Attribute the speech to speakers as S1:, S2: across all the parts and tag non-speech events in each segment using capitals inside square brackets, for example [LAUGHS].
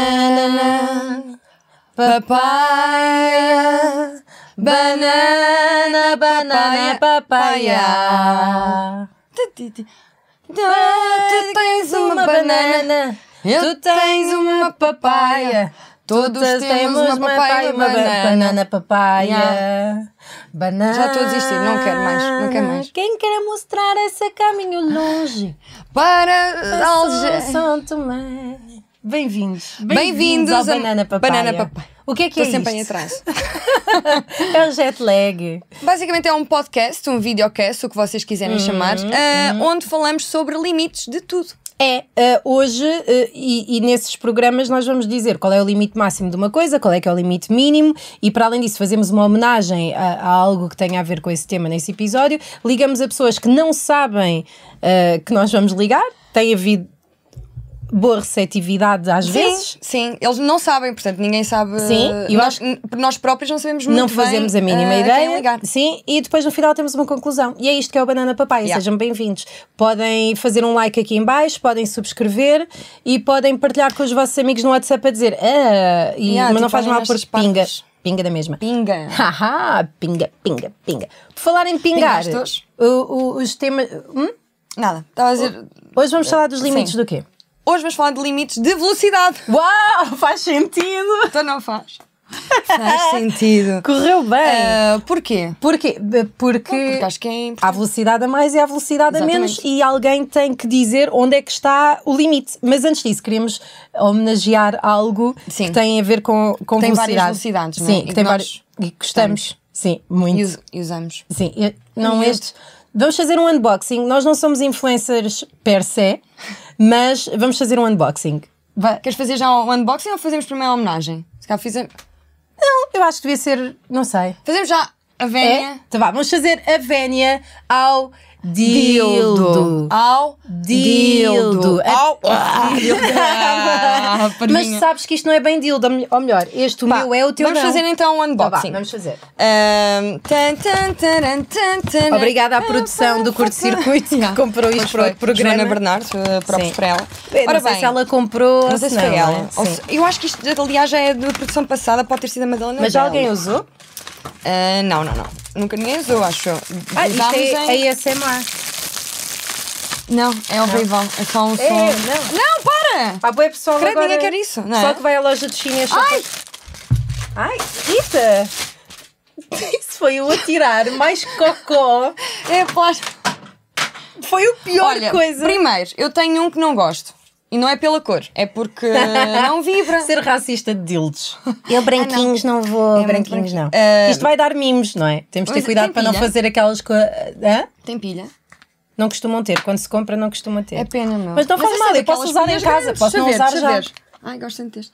S1: Banana, papaya, banana, banana, papaya. Tu tens uma banana, tu tens uma papaya. Todos temos uma papaya e uma banana.
S2: papaya. Banana.
S1: Já estou a desistir, não quero mais, não quero mais.
S2: Quem quer mostrar esse caminho longe?
S1: Para
S2: Alge...
S1: Alge...
S2: São É Tomé. Bem-vindos.
S1: Bem-vindos
S2: ao
S1: a-
S2: Banana Papaya.
S1: Banana Papaya.
S2: O que é que
S1: Estou
S2: é
S1: sempre em
S2: isto?
S1: atraso.
S2: [LAUGHS] É o jet lag.
S1: Basicamente é um podcast, um videocast, o que vocês quiserem
S2: Uhum,
S1: chamar, ah, onde falamos sobre limites de tudo.
S2: É, eh, hoje, eh, e, e nesses programas, nós vamos dizer qual é o limite máximo de uma coisa, qual é que é o limite mínimo, e para além disso, fazemos uma homenagem a, a algo que tenha a ver com esse tema nesse episódio. Ligamos a pessoas que não sabem eh, que nós vamos ligar, tem havido boa receptividade às vezes.
S1: Sim, eles não sabem, portanto, ninguém sabe.
S2: Sim,
S1: eh,
S2: eu
S1: nós,
S2: acho-
S1: n- Nós próprios não sabemos muito
S2: não
S1: bem,
S2: fazemos a mínima
S1: eh, a quem
S2: ideia.
S1: ligar.
S2: Sim, e depois no final temos uma conclusão. E é isto que é o Banana Papai.
S1: Yeah.
S2: Sejam bem-vindos. Podem fazer um like aqui em baixo, podem subscrever e podem partilhar com os vossos amigos no WhatsApp a dizer ah, e-
S1: Yeah,
S2: mas não
S1: tipo,
S2: faz
S1: olhem
S2: mal por
S1: nestes
S2: pinga.
S1: parques.
S2: Pinga da mesma. [LAUGHS]
S1: Pinga.
S2: Haha, pinga, pinga, pinga. Por falar em pingar,
S1: Pingaste hoje?
S2: o- o- os temas. hum?
S1: Nada, estava a dizer.
S2: Hoje vamos falar dos limites
S1: Eh, Sim.
S2: do quê?
S1: Hoje vamos falar de limites de velocidade.
S2: Uau, [LAUGHS] faz sentido!
S1: Então não faz. Faz [LAUGHS] sentido.
S2: Correu bem!
S1: Ah, porquê?
S2: Porquê? Porque.
S1: Porque acho que é importante.
S2: Há velocidade a mais e há velocidade a menos,
S1: Exatamente.
S2: e alguém tem que dizer onde é que está o limite. Mas antes disso, queremos homenagear algo
S1: Sim.
S2: que tem a ver com, com
S1: Tem várias
S2: velocidade.
S1: velocidades, não é?
S2: Sim,
S1: E
S2: que
S1: que
S2: tem
S1: nós
S2: vários. E gostamos. Sim, muito.
S1: E, us- e usamos.
S2: Sim, eu- não
S1: E
S2: este. Vamos fazer um unboxing. Nós não somos influencers per se, mas vamos fazer um unboxing. Vai-
S1: Queres fazer já o unboxing ou fazemos primeiro a homenagem? Se calhar fizemos.
S2: Não, eu acho que devia ser. Não sei.
S1: Fazemos já a
S2: É?
S1: vénia
S2: Tá, vá, vamos fazer a vénia ao É dildo.
S1: Ao
S2: Dildo.
S1: Ao. [LAUGHS]
S2: [LAUGHS] Ah, Mas
S1: Mas
S2: sabes que isto não é bem dildo, ou melhor, este o meu é o teu
S1: Vamos
S2: não.
S1: fazer então um
S2: Tá, vá,
S1: unboxing.
S2: vamos fazer.
S1: Ahm, tan, tan, taran, tan, Ah, taran.
S2: Obrigada à produção
S1: [LAUGHS]
S2: do curto-circuito que
S1: Yeah.
S2: comprou isto
S1: Pois
S2: para
S1: foi.
S2: outro programa.
S1: Joana Bernardo, eh, próprio
S2: Sim.
S1: para ela.
S2: Bem,
S1: Ora
S2: não sei
S1: bem,
S2: se ela comprou
S1: não é?
S2: ou
S1: sei
S2: se
S1: se
S2: não.
S1: foi ela.
S2: Sim.
S1: Ou se- eu acho que isto, aliás, já é da produção passada, pode ter sido a Madalena.
S2: Mas já
S1: Bell.
S2: alguém usou?
S1: Ah, não, não, não. Nunca ninguém usou, acho eu.
S2: Ah, isto
S1: Usámos
S2: é,
S1: em-
S2: é ASMR.
S1: Não, é horrível. É só um som.
S2: não.
S1: Não, para!
S2: Pá, boa pessoal
S1: Credo,
S2: agora...
S1: ninguém quer isso, não é?
S2: Só que vai à loja dos chineses. só
S1: Ai!
S2: para- Ai, Rita! [LAUGHS] Isso foi eu a tirar mais cocó.
S1: É plástico.
S2: Foi o pior
S1: Olha,
S2: coisa.
S1: primeiro, eu tenho um que não gosto. E não é pela cor, é [LAUGHS] porque não vibra.
S2: Ser racista de dildos. Eu branquinhos não. vou.
S1: É muito
S2: branquinhos não.
S1: branquinho. Ah,
S2: Isto vai dar mimos, não é? Temos de ter
S1: mas
S2: cuidado
S1: tem
S2: para não
S1: pilha?
S2: fazer aquelas coisas.
S1: Tem pilha?
S2: Não costumam ter. Quando se compra, não costuma ter.
S1: É pena, meu.
S2: Mas não faz
S1: isso
S2: mal,
S1: é
S2: eu posso
S1: daquelas
S2: usar em
S1: pilhas
S2: casa.
S1: grandes,
S2: Posso não
S1: saber,
S2: usar já.
S1: saber. Ai, gosto tanto deste.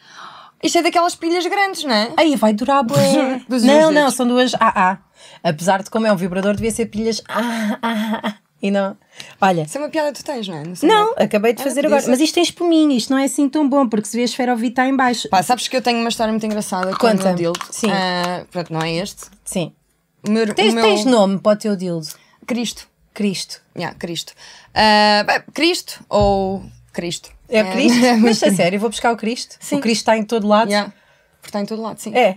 S1: Isto é daquelas pilhas grandes, não é?
S2: Aí
S1: [LAUGHS]
S2: vai durar bué.
S1: Dos
S2: não,
S1: meus
S2: não,
S1: dedos.
S2: são duas AA. Apesar de como é um vibrador, devia ser pilhas ah, AA. E não. Olha.
S1: Isso é uma piada que tu tens, não é? sei
S2: Não,
S1: bem.
S2: acabei de
S1: Ah,
S2: fazer
S1: podia
S2: agora.
S1: ser.
S2: Mas isto tem espuminho, isto não é assim tão bom, porque se vê a esferovita aí em baixo.
S1: Pá, sabes que eu tenho uma história muito engraçada com
S2: Conta.
S1: o meu dildo.
S2: Sim.
S1: Ah, pronto, não é este.
S2: Sim.
S1: O meu,
S2: Tens,
S1: o meu...
S2: tens nome para o teu dildo?
S1: Cristo.
S2: Cristo.
S1: Yeah, Cristo. Ah, bem, Cristo ou Cristo.
S2: É o Cristo? [LAUGHS]
S1: É,
S2: Mas a sério, eu vou buscar o Cristo. O Cristo está em todo lado.
S1: [LAUGHS] yeah. Porque está em todo lado, sim.
S2: É.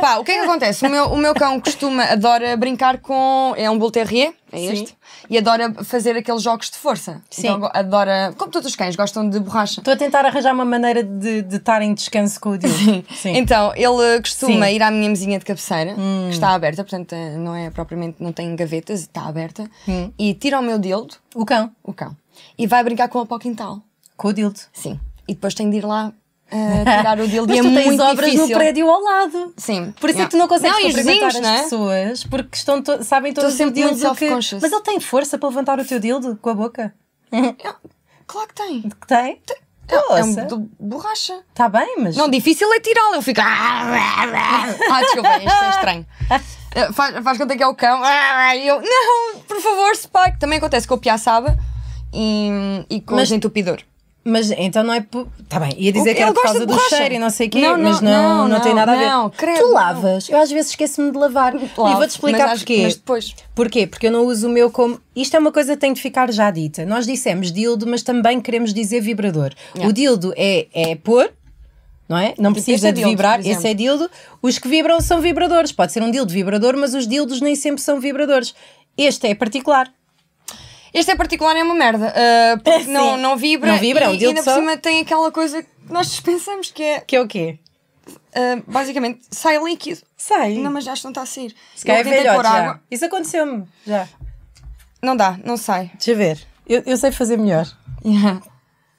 S1: Pá, o que é que acontece? O meu, o meu cão costuma, adora brincar com. É um Bull Terrier, é
S2: Sim.
S1: este. E adora fazer aqueles jogos de força.
S2: Sim.
S1: Então, go- adora. Como todos os cães, gostam de borracha.
S2: Estou a tentar arranjar uma maneira de de estar em descanso com o Diogo. Sim.
S1: Então, ele costuma
S2: Sim. Hum.
S1: ir à minha mesinha de cabeceira, que está aberta, portanto, eh, não é propriamente. não tem gavetas, está aberta.
S2: Hum.
S1: E tira o meu dildo,
S2: O cão.
S1: o cão, e vai brincar com ele para o quintal.
S2: Com o dildo.
S1: Sim. E depois tem de ir lá
S2: [LAUGHS]
S1: eh, [LAUGHS] tirar o dildo
S2: Mas
S1: e é
S2: tu tens
S1: muito
S2: obras
S1: difícil.
S2: no prédio ao lado.
S1: Sim.
S2: Por isso é
S1: Yeah.
S2: que tu não consegues
S1: Não, e os
S2: cumprimentar
S1: vizinhos, não
S2: as
S1: é?
S2: pessoas, porque estão to- sabem todos
S1: Estou
S2: o
S1: sempre
S2: dildo
S1: muito
S2: que...
S1: self-conscious.
S2: Mas ele tem força para levantar o teu dildo com a boca?
S1: Eu- É, Claro que tem.
S2: Que tem?
S1: É um
S2: Nossa.
S1: de borracha.
S2: Está bem, mas...
S1: Não, difícil é tirá-lo. Eu
S2: [LAUGHS]
S1: fico. Ah, desculpa, isto é estranho. Eh, Faz, faz conta que é o cão. E eu, não, por favor, Spike. Também acontece com o piaçaba e, e com
S2: Mas-
S1: o desentupidor.
S2: Mas então não é. Está bem, ia dizer
S1: O-
S2: que era
S1: ele gosta
S2: por causa
S1: de
S2: do
S1: borracha.
S2: cheiro e não sei o quê,
S1: Não, não,
S2: mas não,
S1: não,
S2: não, tem
S1: não,
S2: nada a ver.
S1: não, credo,
S2: tu
S1: não.
S2: lavas, eu às vezes esqueço-me de lavar. e
S1: Lavo,
S2: vou-te explicar
S1: mas acho-
S2: porquê.
S1: Mas depois.
S2: Porquê? Porque eu não uso o meu como. Isto é uma coisa que tem de ficar já dita. Nós dissemos dildo, mas também queremos dizer vibrador.
S1: Yeah.
S2: O dildo é, é pôr, não é? Não
S1: esse
S2: precisa
S1: é
S2: de
S1: dildo,
S2: vibrar,
S1: por exemplo.
S2: esse é dildo. Os que vibram são vibradores. Pode ser um dildo vibrador, mas os dildos nem sempre são vibradores. Este é particular.
S1: Este é particular, é uma merda. ah, porque
S2: [LAUGHS] Sim.
S1: não, não vibra.
S2: Não vibra,
S1: e,
S2: o
S1: e
S2: dildo
S1: ainda por
S2: só.
S1: cima tem aquela coisa que nós dispensamos que é
S2: Que é o quê?
S1: ah, basicamente sai líquido.
S2: Sai.
S1: Não, mas acho que não está a sair.
S2: Se calhar é
S1: Eu tentei
S2: velhote
S1: pôr
S2: já.
S1: água.
S2: Isso aconteceu-me já.
S1: Não dá, não sai.
S2: Deixa eu ver. Eu, eu sei fazer melhor.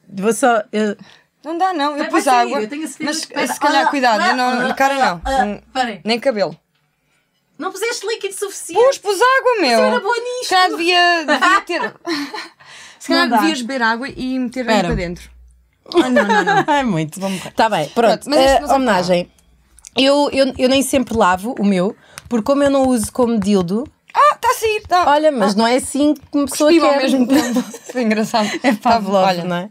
S2: Vou só. eu-
S1: Não dá, não. Eu
S2: Vai-
S1: pus
S2: vai sair,
S1: água.
S2: eu tenho a certeza
S1: mas
S2: que vai- Ah,
S1: se calhar,
S2: Olha,
S1: cuidado.
S2: olha,
S1: eu não,
S2: olha,
S1: cara, não.
S2: olha, olha,
S1: Hum,
S2: ah, parem.
S1: Nem cabelo.
S2: Não puseste líquido suficiente.
S1: Pus, pus água, meu.
S2: era boa nisto.
S1: Se calhar devia, devia
S2: [LAUGHS]
S1: ter. Se
S2: Não
S1: calhar
S2: dá.
S1: devias beber água e meter aí
S2: Espera.
S1: para dentro. Ah,
S2: não, não, não. [LAUGHS] é muito. Está bem, pronto.
S1: Tá Pronto, Ah, mas isto
S2: Eh,
S1: não serve
S2: homenagem. Eu, eu, eu nem sempre lavo o meu, porque como eu não uso como dildo,
S1: Ah, está a sair. Tá.
S2: olha, mas não é assim que uma pessoa
S1: Cuspiu ao
S2: quer.
S1: mesmo tempo. Foi engraçado.
S2: [LAUGHS]
S1: Tá
S2: É Pavlov,
S1: olha,
S2: não é?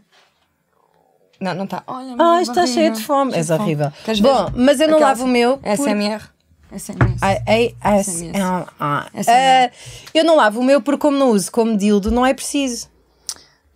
S1: Não, não está. Olha,
S2: Ah,
S1: minha
S2: está
S1: barriga.
S2: cheio de É fome. És
S1: Cheio de
S2: horrível.
S1: Queres
S2: Bom,
S1: ver?
S2: mas eu não
S1: Aquela É
S2: lavo o meu. por-
S1: SMR. SMS.
S2: Ai, ai, ai,
S1: SMS.
S2: ah, ah.
S1: SMS.
S2: Ah, Eu não lavo o meu porque como não uso como dildo, não é preciso.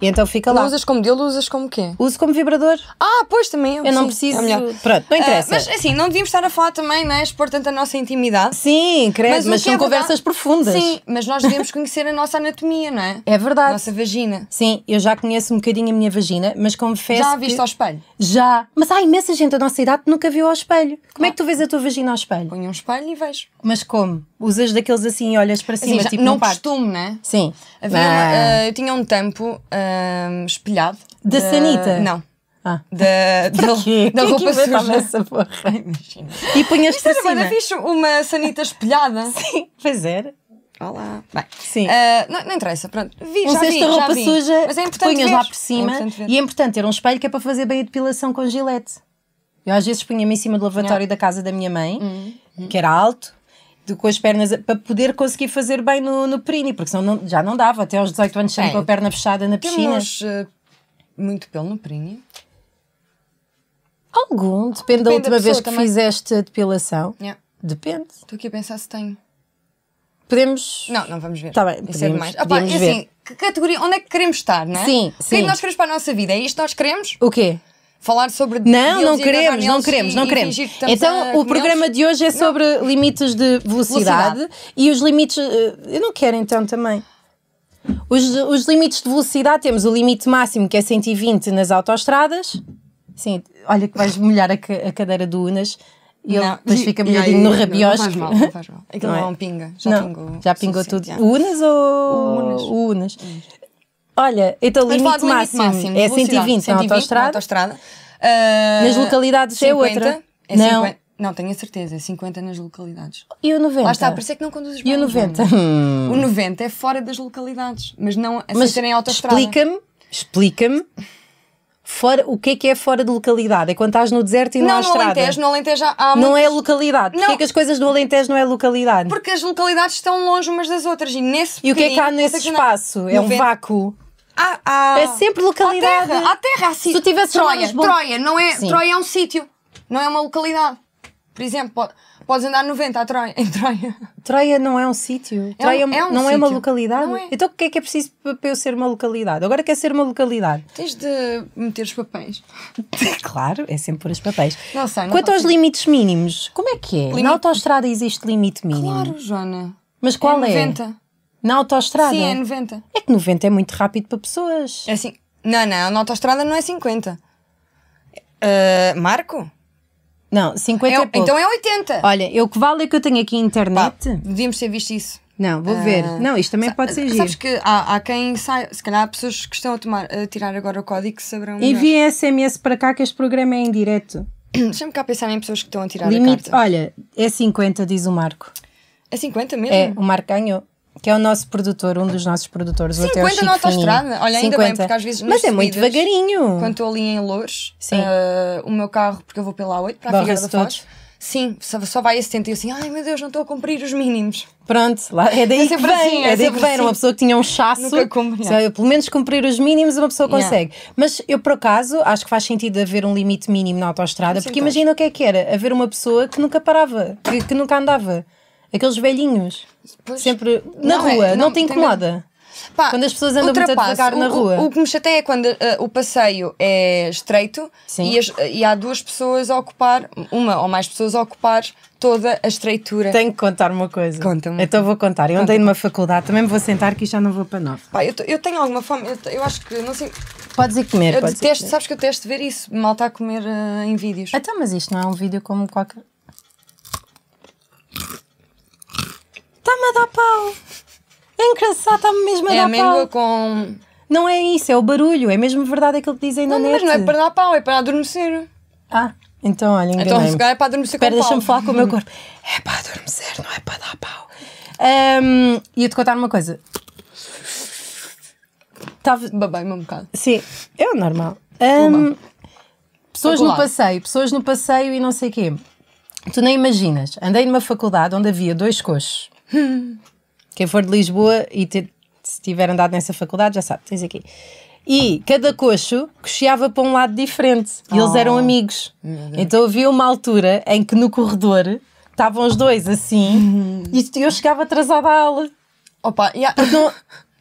S2: E então fica lá.
S1: Não usas como dele, usas como quê?
S2: Uso como vibrador.
S1: Ah, pois também.
S2: Eu não
S1: sim,
S2: preciso.
S1: É melhor.
S2: Pronto,
S1: Ah,
S2: não interessa.
S1: mas assim, não devíamos estar a falar também, né? Expor tanto a nossa intimidade.
S2: Sim, credo, mas,
S1: o que
S2: são
S1: é verdade-
S2: conversas profundas.
S1: Sim, mas nós devemos conhecer a nossa anatomia, não é?
S2: É
S1: A
S2: verdade.
S1: nossa vagina.
S2: Sim, eu já conheço um bocadinho a minha vagina, mas confesso.
S1: Já a
S2: que-
S1: viste ao espelho?
S2: Já. Mas há imensa gente da nossa idade que nunca viu ao espelho. Como é que tu vês a tua vagina ao espelho?
S1: Ponho um espelho e vejo.
S2: Mas como? Usas daqueles assim e olhas para
S1: Assim,
S2: cima,
S1: já-
S2: tipo
S1: não
S2: num parque?
S1: costumo, né?
S2: Sim.
S1: Havia uma, ah, eu tinha um tampo ah, espelhado.
S2: Da sanita?
S1: Não.
S2: Ah. [LAUGHS]
S1: Da, da,
S2: Que-
S1: da
S2: quem é que
S1: roupa
S2: inventava
S1: suja.
S2: essa
S1: [LAUGHS]
S2: porra? E punhas para
S1: Era bué da
S2: cima.
S1: fixe, uma sanita espelhada.
S2: Sim, pois era.
S1: Olá. Bem,
S2: Sim.
S1: ah, não, não interessa, pronto. Vi,
S2: Um
S1: já vi,
S2: cesto de
S1: já
S2: roupa
S1: vi.
S2: suja,
S1: Mas é importante
S2: punhas
S1: ver.
S2: lá por cima
S1: É importante ver.
S2: e é importante ter um espelho que é para fazer bem a depilação com gilete. Eu às vezes punha-me em cima do lavatório da casa da minha mãe,
S1: Uhum.
S2: que era alto, de- com as pernas, a- para poder conseguir fazer bem no, no períneo, porque senão não- já não dava. Até aos 18 anos sempre
S1: Bem,
S2: com a perna fechada na piscina.
S1: Temos ah, muito pelo no períneo.
S2: Algum, depende da
S1: Depende da
S2: última vez
S1: pessoa
S2: que
S1: também.
S2: fizeste a depilação.
S1: Yeah.
S2: Depende.
S1: Estou aqui a pensar se tenho.
S2: Podemos.
S1: Não, não vamos ver.
S2: Tá bem,
S1: Isso é
S2: podíamos-
S1: demais. Ah, pá,
S2: podíamos
S1: é assim, que categoria, onde é que queremos estar, não é?
S2: Sim,
S1: O que é
S2: sim.
S1: que nós queremos para a nossa vida? É isto que nós queremos?
S2: O quê?
S1: Falar sobre.
S2: Não,
S1: deles
S2: não
S1: e
S2: queremos,
S1: agarrar
S2: não
S1: neles
S2: queremos,
S1: e-
S2: não
S1: e
S2: queremos.
S1: fingir que estamos a
S2: Então, o
S1: comer
S2: programa
S1: eles?
S2: de hoje é sobre limites de velocidade,
S1: Velocidade.
S2: e os limites. eh, Eu não quero então também. Os, os limites de velocidade temos o limite máximo que é 120 nas autoestradas. Sim, olha que vais molhar a, ca- a cadeira do Unas e ele
S1: Não,
S2: depois
S1: e-
S2: fica
S1: e aí,
S2: molhadinho no
S1: não,
S2: rabiosco.
S1: Não faz mal, não faz
S2: [LAUGHS]
S1: mal. Aquilo
S2: Não
S1: não
S2: é?
S1: é, um pinga. Já
S2: [LAUGHS] Não,
S1: pingou.
S2: já pingou tudo.
S1: suficiente, já.
S2: O Unas ou o Unas? Olha, então o
S1: Vamos
S2: limite,
S1: falar do limite
S2: máximo,
S1: máximo.
S2: é
S1: velocidade,
S2: 120 na
S1: na
S2: autoestrada.
S1: é autoestrada. Ah,
S2: Nas localidades é outra.
S1: É
S2: Não.
S1: 50. Não, tenho a certeza. É 50 nas localidades.
S2: E o 90?
S1: Lá está, por isso é que não conduzes
S2: E
S1: bem,
S2: o
S1: Joana.
S2: 90?
S1: O 90 é fora das localidades, mas não a
S2: Mas
S1: serem autoestrada.
S2: explica-me, explica-me fora, o que é que é fora de localidade? É quando estás no deserto e não, há
S1: Não, no
S2: estrada.
S1: Alentejo, no Alentejo há, há
S2: Não
S1: muito-
S2: é localidade. Porquê
S1: Não.
S2: é que as coisas do Alentejo não é localidade?
S1: Porque as localidades estão longe umas das outras e nesse
S2: E o que é que há
S1: bocadinho,
S2: nesse
S1: essa que não-
S2: espaço? É um
S1: 90.
S2: vácuo.
S1: Ah, ah,
S2: É sempre localidade.
S1: Há terra, há terra assim.
S2: Se tu tivesse
S1: Troia,
S2: chamado bom-
S1: Troia, não é,
S2: Sim.
S1: Troia é um sítio, não é uma localidade. Por exemplo, po- podes andar 90 a Troia, em
S2: [LAUGHS]
S1: Troia.
S2: Troia não é um sítio.
S1: É
S2: Troia
S1: um- é um
S2: não é uma
S1: sítio.
S2: localidade.
S1: Não é.
S2: Então o que é que é preciso pa- para eu ser uma localidade? Agora quer ser uma localidade. [LAUGHS]
S1: Tens de meter os papéis.
S2: claro, é sempre por os papéis.
S1: Não sei, não
S2: Quanto aos
S1: consigo.
S2: limites mínimos, como é que é? Na
S1: Limite-
S2: autoestrada existe limite mínimo.
S1: Claro, Joana.
S2: Mas qual
S1: é?
S2: é?
S1: 90.
S2: Na autoestrada?
S1: Sim, é 90.
S2: É que 90 é muito rápido para pessoas.
S1: É assim. Não, não, na autostrada não é 50. Ah, Marco?
S2: Não, 50
S1: É-
S2: é, pouco.
S1: então é 80.
S2: Olha, eu que vale é que eu tenho aqui
S1: Pá,
S2: internet.
S1: devíamos ter visto isso.
S2: Não, vou ver. Não, isto também pode ser giro.
S1: Sabes que há, há quem sai, se calhar há pessoas que estão a, tomar, a tirar agora o código que saberão. melhor.
S2: Enviem SMS para cá que este programa é em direto.
S1: [CLEARS THROAT] Deixa-me cá pensar em pessoas que estão a tirar
S2: Limite,
S1: a carta.
S2: olha, é 50, diz o Marco.
S1: É 50 mesmo?
S2: É, o Marco ganhou. Que é o nosso produtor, um dos nossos produtores. o até o
S1: 50
S2: Chico
S1: na autoestrada.
S2: Fininho.
S1: Olha, ainda bem, porque às vezes nas
S2: Mas é muito
S1: subidas,
S2: devagarinho.
S1: Quando estou ali em Louros,
S2: Sim.
S1: eh, o meu carro, porque eu vou pela A8 para a Figueira
S2: Barra-se
S1: da Foz,
S2: todo.
S1: sim, só, só vai a 70. E eu assim, ai meu Deus, não estou a cumprir os mínimos.
S2: Pronto, lá, é
S1: É
S2: daí que
S1: sempre
S2: vem,
S1: assim, é
S2: é daí que
S1: sempre
S2: vem. Era Uma
S1: assim.
S2: pessoa que tinha um chasso,
S1: Nunca cumpre,
S2: se
S1: yeah.
S2: eu, pelo menos cumprir os mínimos, uma pessoa
S1: Yeah.
S2: consegue. Mas eu, por acaso, acho que faz sentido haver um limite mínimo na autoestrada,
S1: Sim,
S2: porque
S1: faz.
S2: imagina o que é que era haver uma pessoa que nunca parava, que, que nunca andava. Aqueles velhinhos,
S1: Pois.
S2: sempre na
S1: Não é,
S2: rua, não,
S1: não,
S2: te
S1: tem
S2: incomoda.
S1: Pá,
S2: Quando as pessoas andam muito
S1: ultrapasso.
S2: devagar na
S1: O-
S2: rua.
S1: O, o que me chateia é quando eh, o passeio é estreito
S2: Sim.
S1: e, as- eh, e há duas pessoas a ocupar, uma ou mais pessoas a ocupar toda a estreitura.
S2: Tenho que contar uma coisa.
S1: Conta-me.
S2: Então vou contar. Eu andei numa faculdade, também me vou sentar que já não vou para nova.
S1: Pá, eu, te- eu tenho alguma fome, eu, te- eu acho que, não sei,
S2: Podes ir comer,
S1: eu
S2: podes ir
S1: detesto, sabes que eu detesto ver isso, malta a comer eh, em vídeos.
S2: Então, mas isto não é um vídeo como qualquer. Está-me a dar pau! É engraçado, está-me mesmo a
S1: É
S2: dar
S1: amêndoa
S2: pau.
S1: com...
S2: Não é isso, é o barulho, é mesmo verdade aquilo que dizem
S1: Não,
S2: na
S1: mas
S2: net.
S1: não é para dar pau, é para adormecer.
S2: Ah, então olha, enganei-me.
S1: Então, se calhar é para adormecer com
S2: Espera,
S1: pau.
S2: deixa-me falar com o meu corpo. É para adormecer, não é para dar pau. Ahm, Ia-te contar uma coisa. Estava,
S1: Babei-me um bocado.
S2: Sim, é o normal. Ahm, pessoas no
S1: Popular.
S2: passeio, pessoas no passeio e não sei quê. Tu nem imaginas. Andei numa faculdade onde havia dois coxos. [LAUGHS] Quem for de Lisboa e te- se tiver andado nessa faculdade já sabe, tens aqui. E cada coxo cocheava para um lado diferente. E eles eram amigos. Então havia uma altura em que no corredor estavam os dois assim [LAUGHS] e eu chegava atrasada à aula.
S1: Opa, yeah.
S2: Não,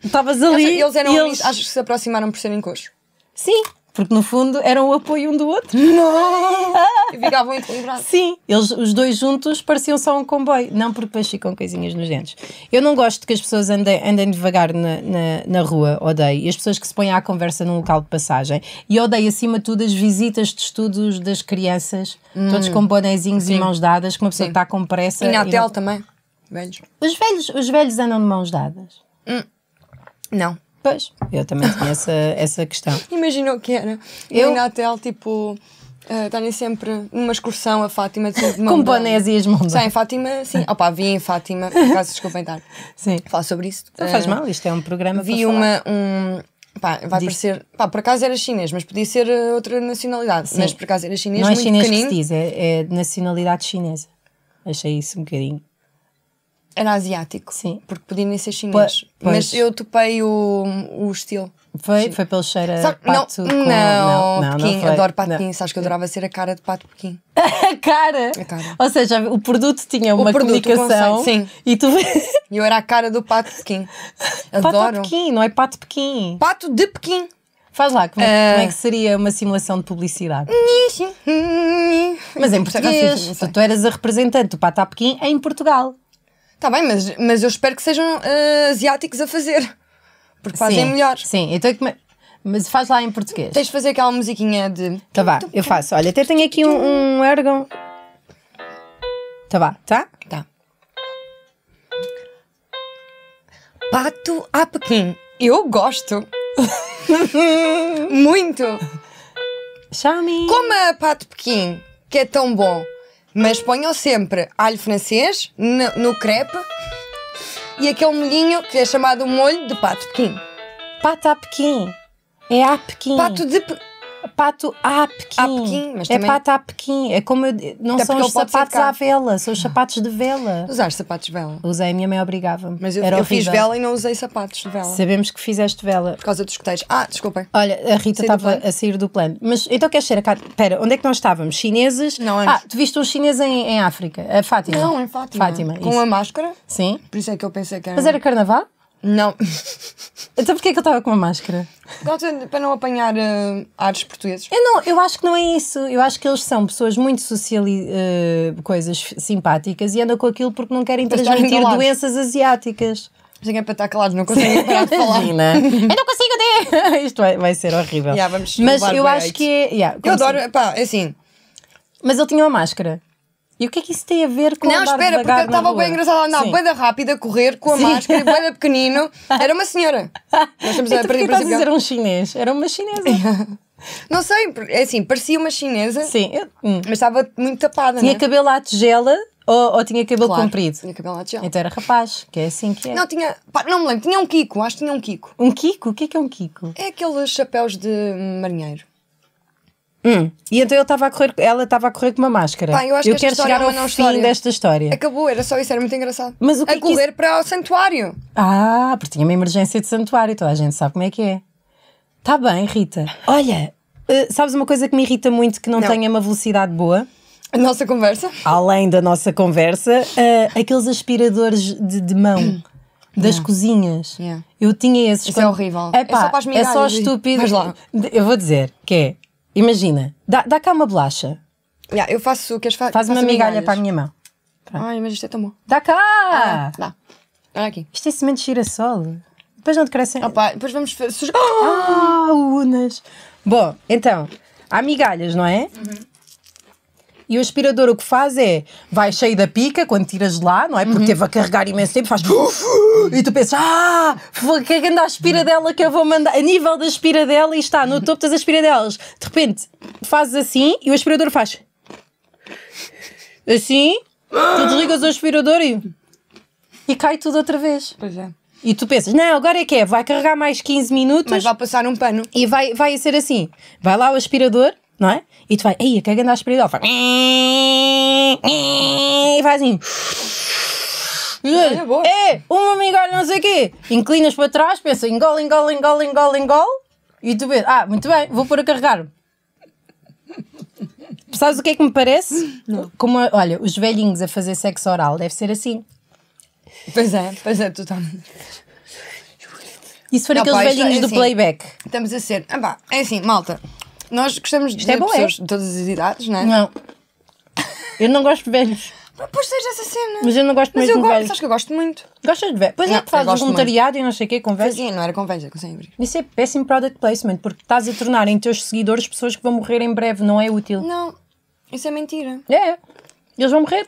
S2: estavas ali.
S1: [LAUGHS] Eles, eles eram
S2: e
S1: amigos, acho que se aproximaram por serem coxos.
S2: Sim, porque no fundo eram o apoio um do outro.
S1: Hum? E ficavam equilibrados.
S2: Sim, eles, os dois juntos pareciam só um comboio. Não porque depois ficam coisinhas nos dentes. Eu não gosto que as pessoas andem, andem devagar na, na, na rua, odeio. E as pessoas que se põem à conversa num local de passagem. E odeio, acima de tudo, as visitas de estudos das crianças, todos com bonezinhos e mãos dadas, com uma pessoa que está com pressa.
S1: Hum. E na
S2: e
S1: hotel
S2: não-
S1: também. Velhos.
S2: Os, velhos, os velhos andam de mãos dadas.
S1: Não.
S2: Pois, eu também tinha essa, essa questão.
S1: Imagina o que era.
S2: Eu?
S1: Eu na hotel, tipo, eh, estarem sempre numa excursão a Fátima. [LAUGHS] de sempre de [LAUGHS] mão
S2: Com
S1: dada.
S2: bonés e as mãos
S1: Sim,
S2: dadas.
S1: em Fátima, sim. Opa, vi em Fátima, por caso desculpem estar [LAUGHS] a
S2: Sim.
S1: falar sobre isso.
S2: Não faz
S1: Eh,
S2: mal, isto é um programa
S1: Vi
S2: para falar.
S1: uma. Um, pá, vai parecer. Pá, por acaso era chinês, mas podia ser eh, outra nacionalidade. Mas por acaso era chinês,
S2: Não é
S1: muito
S2: chinês
S1: pequenino.
S2: que se diz, é, é de nacionalidade chinesa. Achei isso um bocadinho.
S1: Era asiático.
S2: Sim.
S1: Porque podia nem ser chinês.
S2: Po- pois.
S1: Mas eu topei o, o estilo.
S2: Foi, foi pelo cheiro a
S1: Sabe- não,
S2: pato com...
S1: não, Pequim,
S2: foi.
S1: adoro pato
S2: Não.
S1: Pequim. Sabes que eu adorava ser a cara de pato Pequim.
S2: [LAUGHS] A cara.
S1: A cara.
S2: Ou seja, o produto tinha uma
S1: produto, o
S2: comunicação.
S1: conceito, sim.
S2: E tu
S1: E eu era a cara do pato Pequim.
S2: [LAUGHS] Pato
S1: Adoro.
S2: Pequim, não é pato Pequim.
S1: Pato de Pequim.
S2: Faz lá, como,
S1: Ah. Hum,
S2: como é que seria uma simulação de publicidade?
S1: é
S2: Mas
S1: Sim,
S2: em
S1: sim,
S2: português.
S1: sim.
S2: Tu, tu eras a representante do pato a Pequim em Portugal.
S1: Tá bem, mas, mas eu espero que sejam ah, asiáticos a fazer. Porque fazem
S2: sim.
S1: melhor.
S2: Sim, então é que me- Mas faz lá em português.
S1: Tens de fazer aquela musiquinha de.
S2: Tá vá, eu faço. Olha, até tenho aqui
S1: Então-
S2: um, um órgão. Tá vá, tá?
S1: Tá. Pato a Pequim. Eu gosto. [LAUGHS] Muito.
S2: Chame.
S1: Coma pato Pequim, que é tão bom. Mas ponham sempre alho francês no, no crepe e aquele molhinho que é chamado molho de pato Pequim.
S2: Pato a Pequim. É a Pequim.
S1: Pato de. Pe...
S2: Pato a Pequim.
S1: A Pequim, mas
S2: é
S1: também-
S2: pato a Pequim. É como eu... Não
S1: Até
S2: são
S1: porque ele pode
S2: os
S1: ser de
S2: sapatos
S1: cá.
S2: à vela, são os sapatos de vela.
S1: Usar sapatos de vela.
S2: Usei, a minha mãe obrigava-me.
S1: Mas eu,
S2: Era
S1: eu fiz
S2: horrível.
S1: vela e não usei sapatos de vela.
S2: Sabemos que fizeste vela.
S1: Por causa dos coteiros. Ah, desculpem.
S2: Olha, a Rita
S1: Saí do
S2: estava
S1: plano.
S2: a sair do plano. Mas então queres ser a cara. Espera, onde é que nós estávamos? Chineses?
S1: Não,
S2: Ah,
S1: antes.
S2: tu viste um chinês em, em África? A Fátima?
S1: Não, em Fátima.
S2: Fátima,
S1: Com
S2: isso.
S1: a máscara.
S2: Sim.
S1: Por isso é que eu pensei que era.
S2: Mas era carnaval? [LAUGHS]
S1: Não.
S2: Então porquê é que ele estava com uma máscara?
S1: Gosto para não apanhar eh, ares portugueses.
S2: Eu, não, eu acho que não é isso. Eu acho que eles são pessoas muito sociali... eh, coisas f- simpáticas e andam com aquilo porque não querem
S1: Para estarem
S2: transmitir
S1: calados.
S2: doenças asiáticas. [LAUGHS]
S1: Pensei que é para estar calados, não conseguem parar de falar.
S2: Imagina. eu não consigo ter. [LAUGHS] Isto vai, vai ser horrível.
S1: Yeah, vamos
S2: Mas
S1: levar
S2: eu
S1: bué
S2: acho
S1: hate.
S2: que é. yeah, como
S1: Eu
S2: se-
S1: adoro, pá, é assim.
S2: Mas ele tinha uma máscara. E o que é que isso tem a ver com
S1: Não,
S2: andar
S1: espera, porque
S2: devagar
S1: ele
S2: na
S1: estava
S2: rua?
S1: bem engraçado a andar
S2: Sim.
S1: bué da rápida, a correr, com a
S2: Sim.
S1: máscara, e bué
S2: [LAUGHS]
S1: da pequenino. Era uma senhora. Nós estamos a
S2: Então porquê
S1: perder
S2: estás a dizer
S1: para
S2: um chinês? Era uma chinesa. [LAUGHS]
S1: Não sei, é assim, parecia uma chinesa,
S2: Sim. eu- hum.
S1: mas estava muito tapada,
S2: Tinha
S1: né?
S2: cabelo à tigela ou, ou tinha cabelo
S1: Claro,
S2: comprido?
S1: Tinha cabelo à tigela.
S2: Então era rapaz, que é assim que é.
S1: Não, tinha, pá, não me lembro, tinha um Kiko, acho que tinha um Kiko.
S2: Um Kiko? O que é que é um Kiko?
S1: É aqueles chapéus de marinheiro.
S2: Hum. E então ele estava a correr, ela estava a correr com uma máscara.
S1: Pá, eu acho que esta
S2: quero
S1: história
S2: chegar
S1: é
S2: ao
S1: uma não
S2: fim
S1: história. É
S2: desta história.
S1: Acabou, era só isso, era muito engraçado.
S2: É. Mas o que
S1: a
S2: é que
S1: correr para o santuário.
S2: Ah, porque tinha uma emergência de santuário, toda a gente sabe como é que é. Está bem, Rita. Olha, eh, sabes uma coisa que me irrita muito que não,
S1: Não.
S2: tenha uma velocidade boa?
S1: A nossa conversa.
S2: Além da nossa conversa, eh, aqueles aspiradores de, de mão das cozinhas.
S1: Hum. Yeah.
S2: Eu tinha esses.
S1: Isso é horrível. É
S2: Epá,
S1: só para as
S2: é só
S1: migalhas e-
S2: estúpido.
S1: Mas lá.
S2: Eu vou dizer que é. Imagina, dá, dá cá uma bolacha,
S1: Yeah, eu faço o que as fa
S2: faz
S1: faço
S2: uma migalha
S1: migalhas.
S2: para a minha mão.
S1: Ai, mas isto é tão bom.
S2: Dá cá!
S1: Ah, dá. Olha aqui.
S2: Isto é semente de girassol. Depois não te crescem.
S1: Opa, depois vamos fazer. Oh!
S2: Ah, Unas! Bom, então, há migalhas, não é? E o aspirador o que faz é, vai cheio da pica quando tiras de lá, não é? Porque teve a carregar imenso tempo, faz. uf, E tu pensas, ah, foi que grande aspiradela que eu vou mandar. A nível da aspiradela e está no topo das aspiradelas. De repente, fazes assim e o aspirador faz. Assim, tu desligas o aspirador e. E cai tudo outra vez.
S1: Pois é.
S2: E tu pensas, não, agora é que é, vai carregar mais 15 minutos
S1: Mas vai passar um pano.
S2: e vai, vai ser assim. Vai lá o aspirador, não é? E tu vai, aí, a cagando ao aspirador, faz. E vai assim.
S1: Olha, boa.
S2: É, uma migalha, não sei o quê. Inclinas para trás, pensa, engole, engole, engole, engole, engole. E tu vês, ah, muito bem, vou pôr a carregar. Sabes o que é que me parece? Como, a- olha, os velhinhos a fazer sexo oral, deve ser assim.
S1: Pois é, pois é, totalmente.
S2: E se for
S1: Não,
S2: aqueles
S1: pá, isto é
S2: velhinhos do
S1: assim.
S2: playback?
S1: Estamos a ser. Ah, pá, é assim, malta. Nós gostamos de
S2: é bom, é?
S1: pessoas de todas as idades, não é?
S2: Não. Eu não gosto de velhos.
S1: Pá, Pois seja essa cena.
S2: Mas é eu não gosto
S1: Mas
S2: mesmo
S1: eu
S2: de
S1: gosto,
S2: velhos.
S1: sabes que eu gosto muito.
S2: Gostas de velhos? Pois
S1: Não,
S2: é, tu fazes
S1: eu gosto
S2: voluntariado e não sei o quê, com velhos.
S1: Fazia, não era com velhos, é com sempre.
S2: Isso é péssimo product placement, porque estás a tornar em teus seguidores pessoas que vão morrer em breve, não é útil.
S1: Não, isso é mentira.
S2: É, eles vão morrer.